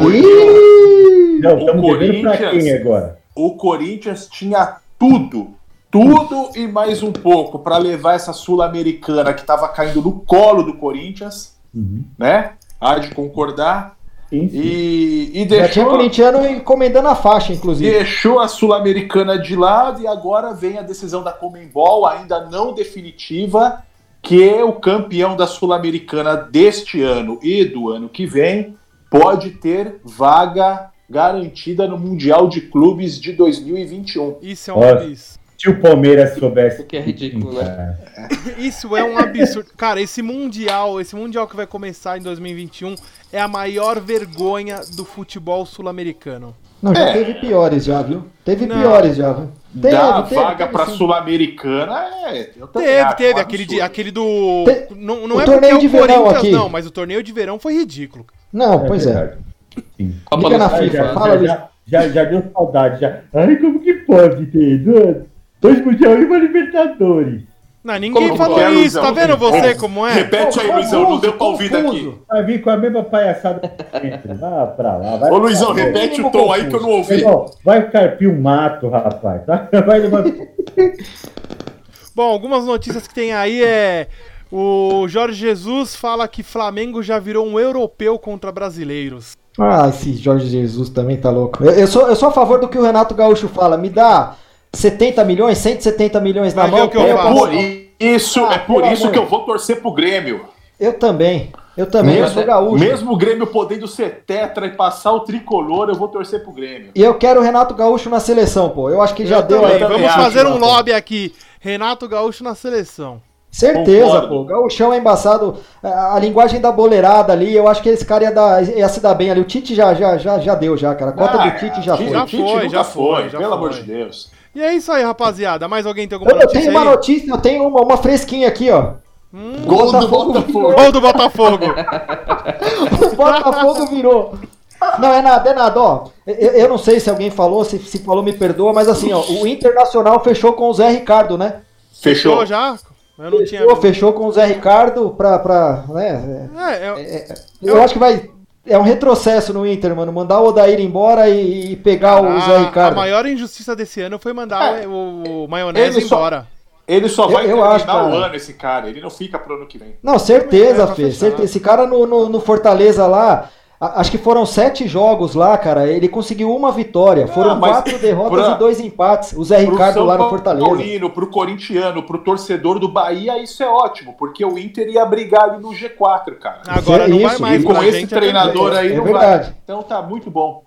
B: Ih!
A: Não,
D: O
A: estamos devendo para
D: Corinthians-
A: quem agora?
D: o Corinthians tinha tudo, tudo e mais um pouco para levar essa sul-americana que estava caindo no colo do Corinthians,
A: Uhum.
D: né? Há de concordar.
A: Sim, sim.
D: E, e
B: Já tinha um
D: deixou,
B: corintiano encomendando a faixa, inclusive.
D: deixou a sul-americana de lado e agora vem a decisão da Comembol, ainda não definitiva, que o campeão da sul-americana deste ano e do ano que vem pode ter vaga garantida no Mundial de Clubes de 2021.
C: Isso é um
A: Olha.
C: absurdo.
A: Se o Palmeiras soubesse.
E: O que é ridículo, né?
A: Cara,
C: Isso é um absurdo. Cara, esse mundial, esse mundial que vai começar em 2021 é a maior vergonha do futebol sul-americano.
B: Não, já
D: É.
B: teve piores já, viu? Teve
C: Não.
B: piores já, viu? Teve,
D: Dar
B: teve,
D: vaga
B: teve
D: pra
B: sim.
D: Sul-Americana é. eu também
C: Teve,
D: acho um
C: teve. Aquele, de-
D: absurdo.
C: aquele do.
B: Te-
C: Não, não
B: o
C: é porque
B: torneio
C: é o
B: de verão
C: Corinthians,
B: aqui.
C: não, mas o torneio de verão foi ridículo.
B: Não, pois é.
A: verdade. Sim.
E: Copa
B: Liga
E: do
B: na
A: Ai,
E: Mundo,
B: FIFA,
A: já,
E: né?
B: fala,
A: já, já, já, já deu saudade. Já. Ai, como que pode ter dois, dois Mundial e uma Libertadores?
C: Não, ninguém
E: Como
C: falou
E: que é,
C: isso, tá
F: Luizão?
C: vendo você como é?
F: Repete aí, Luizão, não deu pra ouvir
B: Confuso.
F: daqui.
A: Vai vir com a mesma palhaçada que sempre. Vá pra lá. Vai
F: Ô, Luizão,
B: É,
A: pra lá.
F: repete o tom aí que eu não ouvi.
A: Irmão, vai carpir um mato, rapaz. Tá? Vai levantar.
C: Bom, algumas notícias que tem aí é. O Jorge Jesus fala que Flamengo já virou um europeu contra brasileiros.
B: Ah, esse Jorge Jesus também tá louco. Eu, eu sou, eu sou a favor do que o Renato Gaúcho fala. Me dá 70 milhões, 170 milhões na
C: Vai ver
B: mão.
C: o que eu
B: ganho
C: faço.
B: pra-
D: É Por isso,
B: Ah,
D: é por
B: pelo
D: isso
B: amor.
D: que eu vou torcer pro Grêmio.
B: Eu também. Eu também, eu
E: Mesmo-
B: sou gaúcho.
D: Mesmo o Grêmio podendo ser tetra e passar o tricolor, eu vou torcer pro Grêmio.
B: E eu quero o Renato Gaúcho na seleção, pô. Eu acho que já deu
C: Também,
B: aí.
C: Vamos
D: acho,
C: fazer um
B: Rafa.
C: lobby aqui. Renato Gaúcho na seleção.
B: Certeza,
D: Concordo.
B: pô. O Gaúchão é embaçado. A, a linguagem da boleirada ali, eu acho que esse cara ia, dar- ia se dar bem ali. O Tite já, já, já, já deu, já, cara. A cota
D: Ah,
B: do Tite já
D: Tite-
B: foi.
C: Já
D: Tite
C: foi,
D: nunca
C: já foi, já
D: pelo
C: foi.
D: amor de Deus.
C: E é isso aí, rapaziada. Mais alguém tem alguma
B: Eu, eu
C: notícia
B: tenho
C: aí?
B: uma notícia, eu tenho uma, uma fresquinha aqui, ó.
C: Hum,
D: Gol do
B: Botafogo
D: Botafogo.
C: gol do Botafogo.
B: O Botafogo virou. Não, é nada, é nada, ó. Eu, eu não sei se alguém falou, se, se falou, me perdoa, mas assim, ó, o Internacional fechou com o Zé Ricardo, né?
D: Fechou.
C: Gol já? Eu não tinha...
B: Fechou, fechou com o Zé Ricardo pra. pra né?
C: É, eu-
B: Eu acho que vai. É um retrocesso no Inter, mano. Mandar o Odair embora e, e pegar o Zé
C: a, Ah, a
B: Ricardo.
C: maior injustiça desse ano foi mandar
D: É.
C: o, o maionese
D: Ele só-
C: embora.
D: Ele só
B: Eu-
D: vai
B: eu
D: terminar
B: acho, é. cara.
D: o ano, esse cara. Ele não fica pro ano que vem.
B: Não, certeza,
C: É, tá
B: Fê.
C: fechado.
B: certeza. Esse cara no, no- no Fortaleza lá, a- acho que foram sete jogos lá, cara. Ele conseguiu uma vitória. foram
D: mas
B: quatro derrotas
D: pra-
B: e dois empates. O Zé Ricardo
D: Pro
B: lá no
D: São
B: Fortaleza.
D: Paulino, pro corintiano, pro torcedor do Bahia, isso é ótimo, porque o Inter ia brigar ali no G4, cara.
C: Agora
B: é
C: não vai
B: isso.
C: mais
D: e com
C: pra
D: esse
C: gente, é
D: treinador aí
B: É
D: não
B: verdade.
D: vai. Então tá muito bom.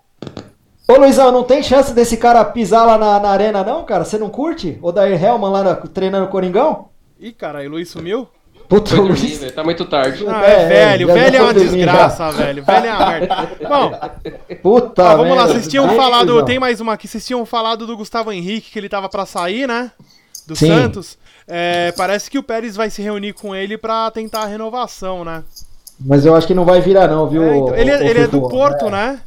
B: Ô Luizão, não tem chance desse cara pisar lá na, na arena, não, cara? Você não curte? O Dair Hellman lá na- treinando o Coringão?
C: tranquilo. Ih, cara, o Luiz sumiu?
B: Puta,
E: Foi
B: o
E: dormir,
B: Luiz.
E: velho. Tá muito tarde.
C: Ah, é,
B: É,
C: velho.
B: já- já
C: Velho é
B: foi
C: uma
B: dormir, já.
C: desgraça, velho. Velho é uma merda. Bom,
B: Puta,
C: ó, vamos lá.
B: merda.
C: Vocês tinham
B: Bem,
C: falado...
B: Luizão.
C: Tem mais uma aqui. Vocês tinham falado do Gustavo Henrique, que ele tava pra sair, né? Do
B: Sim.
C: Santos. É, parece que o Pérez vai se reunir com ele pra tentar a renovação, né?
B: Mas eu acho que não vai virar, não, viu?
C: É, então,
B: ô-
C: ele
B: ô,
C: é, ele é do
B: Fifu?
C: Porto, né?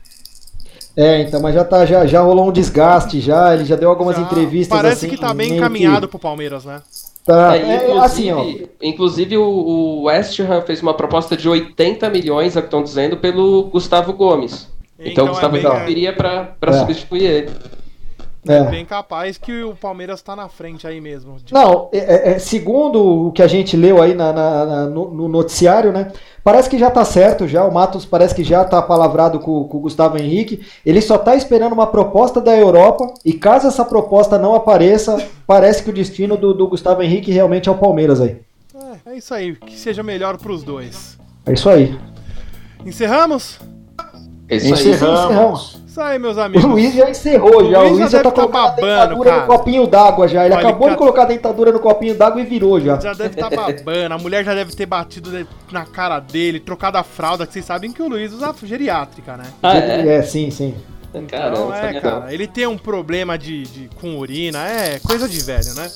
B: É, então, mas já, tá, já, já rolou um desgaste, já. Ele já deu algumas
C: Já-
B: entrevistas.
C: Parece
B: assim,
C: que tá bem
B: meio
C: encaminhado pro Palmeiras, né?
B: Tá,
E: Aí,
B: é,
E: inclusive,
B: assim, ó.
E: inclusive, o, o West Ham fez uma proposta de 80 milhões, é o que estão dizendo, pelo Gustavo Gomes. Então,
C: Então,
E: o Gustavo
C: é bem-
E: Henrique viria pra, pra
B: É.
E: substituir ele.
C: É.
B: É.
C: Bem capaz que o Palmeiras tá na frente aí mesmo. Tipo,
B: Não, é- é- é, segundo o que a gente leu aí na- na- na- no, no noticiário, né? Parece que já tá certo já. O Matos parece que já tá palavrado com, com o Gustavo Henrique. Ele só tá esperando uma proposta da Europa. E caso essa proposta não apareça, parece que o destino do, do Gustavo Henrique realmente é o Palmeiras aí.
C: É, é isso aí, que seja melhor pros dois.
B: É isso aí.
C: Encerramos?
E: É isso aí.
B: Encerramos.
C: Isso aí, meus
B: O
C: amigos.
B: Luiz já encerrou já.
C: O
B: O
C: Luiz
B: Luiz
C: já
B: já tá
C: deve tá
B: colocando a
C: babando,
B: dentadura
C: cara.
B: no copinho d'água já. Ele
C: Olha,
B: acabou
C: cara.
B: de colocar a dentadura no copinho d'água e virou já.
C: Já deve estar tá babando, a mulher já deve ter batido de- na cara dele, trocado a fralda, que vocês sabem que o Luiz usa geriátrica, né?
E: Ah, é?
B: É, sim, sim.
E: Caramba,
C: Então, é,
E: sabia
C: cara, ele tem um problema de, de- com urina, é coisa de velho, né?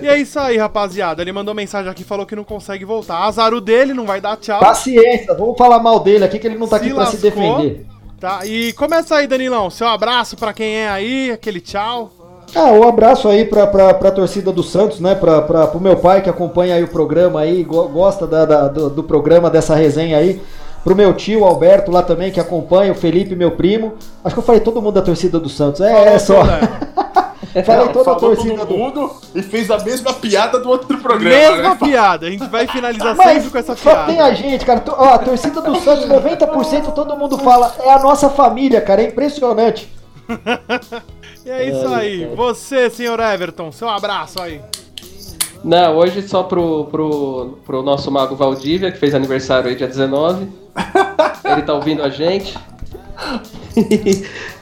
C: e é isso aí, rapaziada. Ele mandou mensagem aqui, falou que não consegue voltar. Azar o dele, não vai dar tchau.
B: Paciência, vamos falar mal dele aqui que ele não tá
C: Se
B: aqui pra se
C: lascou.
B: defender.
C: Tá, e começa aí, Danilão. Seu abraço pra quem é aí, aquele tchau.
B: Ah, um abraço aí pra, pra, pra torcida do Santos, né? Pra, pra, pro meu pai que acompanha aí o programa aí, go- gosta da, da- do, do programa, dessa resenha aí. Pro meu tio Alberto lá também, que acompanha, o Felipe, meu primo. Acho que eu falei todo mundo da torcida do Santos. É, é só.
C: Danilão.
E: É,
B: Falei toda a
D: Falou todo
B: torcida do.
D: mundo e fez a mesma piada do outro programa.
C: Mesma
D: né?
C: piada, a gente vai finalizar
B: Mas
C: Tá sempre com essa
B: só tem
C: piada.
B: a gente, cara. Tu- ó, a torcida do Santos, 90% todo mundo fala. É a nossa família, cara. É impressionante.
C: E é isso aí. Você, senhor Everton, seu abraço aí.
E: Não, hoje só pro, pro, pro nosso mago Valdívia, que fez aniversário aí dia 19. Ele tá ouvindo a gente.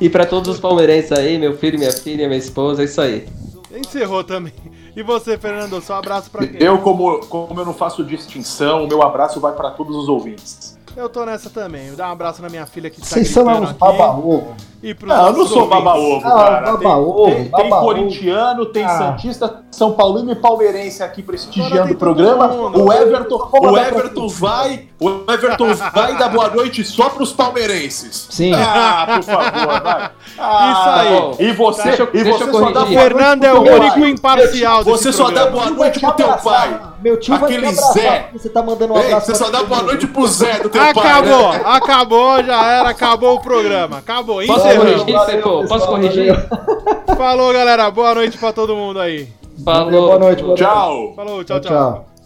E: e pra todos os palmeirenses aí, meu filho, minha filha, minha esposa, é isso aí.
C: Encerrou também. E você, Fernando, só abraço pra quem?
D: Eu, como, como eu não faço distinção, o meu abraço vai para todos os ouvintes.
C: Eu tô nessa também. Dá um abraço na minha filha que tá
B: Vocês são
C: gritando
B: uns
C: aqui.
B: baba-ovo.
C: E pros
D: Não, eu não
C: nossos
D: sou
C: ouvintes.
D: baba-ovo,
B: Ah,
D: cara. Tem-
B: baba-ovo,
D: Tem, tem
B: baba-ovo.
D: corintiano, tem
B: Ah.
D: santista, São Paulino e palmeirense aqui
C: Agora
D: prestigiando
C: tem
D: o programa.
C: todo mundo.
D: O Everton,
B: Vamos
D: o
B: mandar pra
D: Everton vai, o Everton vai dar boa noite só pros palmeirenses.
B: Sim.
D: Ah, por favor, vai.
C: Isso
D: aí. E você,
E: Deixa eu-
D: e
E: deixa
D: você
E: eu
D: só dá
E: corrigir.
D: boa
C: Fernando é o
D: noite pro teu
C: único
D: pai.
C: imparcial desse
D: Você só tá dá
C: programa.
D: boa
B: Meu tio vai
D: noite pro
B: te
D: teu
B: abraçar.
D: pai.
B: Meu tio vai te
D: Aquele
B: abraçar.
D: Zé.
B: porque Você tá mandando um
D: Ei,
B: abraço.
D: você
B: pra
D: só dá
B: todo
D: boa
B: mundo.
D: noite pro Zé do teu pai. né?
C: Acabou, acabou, já era, acabou o programa. Acabou,
E: Posso
C: encerramos.
E: corrigir,
B: valeu,
E: Pepo? Posso
B: pessoal,
E: corrigir?
C: Falou, galera. Boa noite pra todo mundo aí.
E: Falou.
B: Boa noite, boa noite.
D: Tchau.
C: Falou, tchau, tchau.
B: tchau.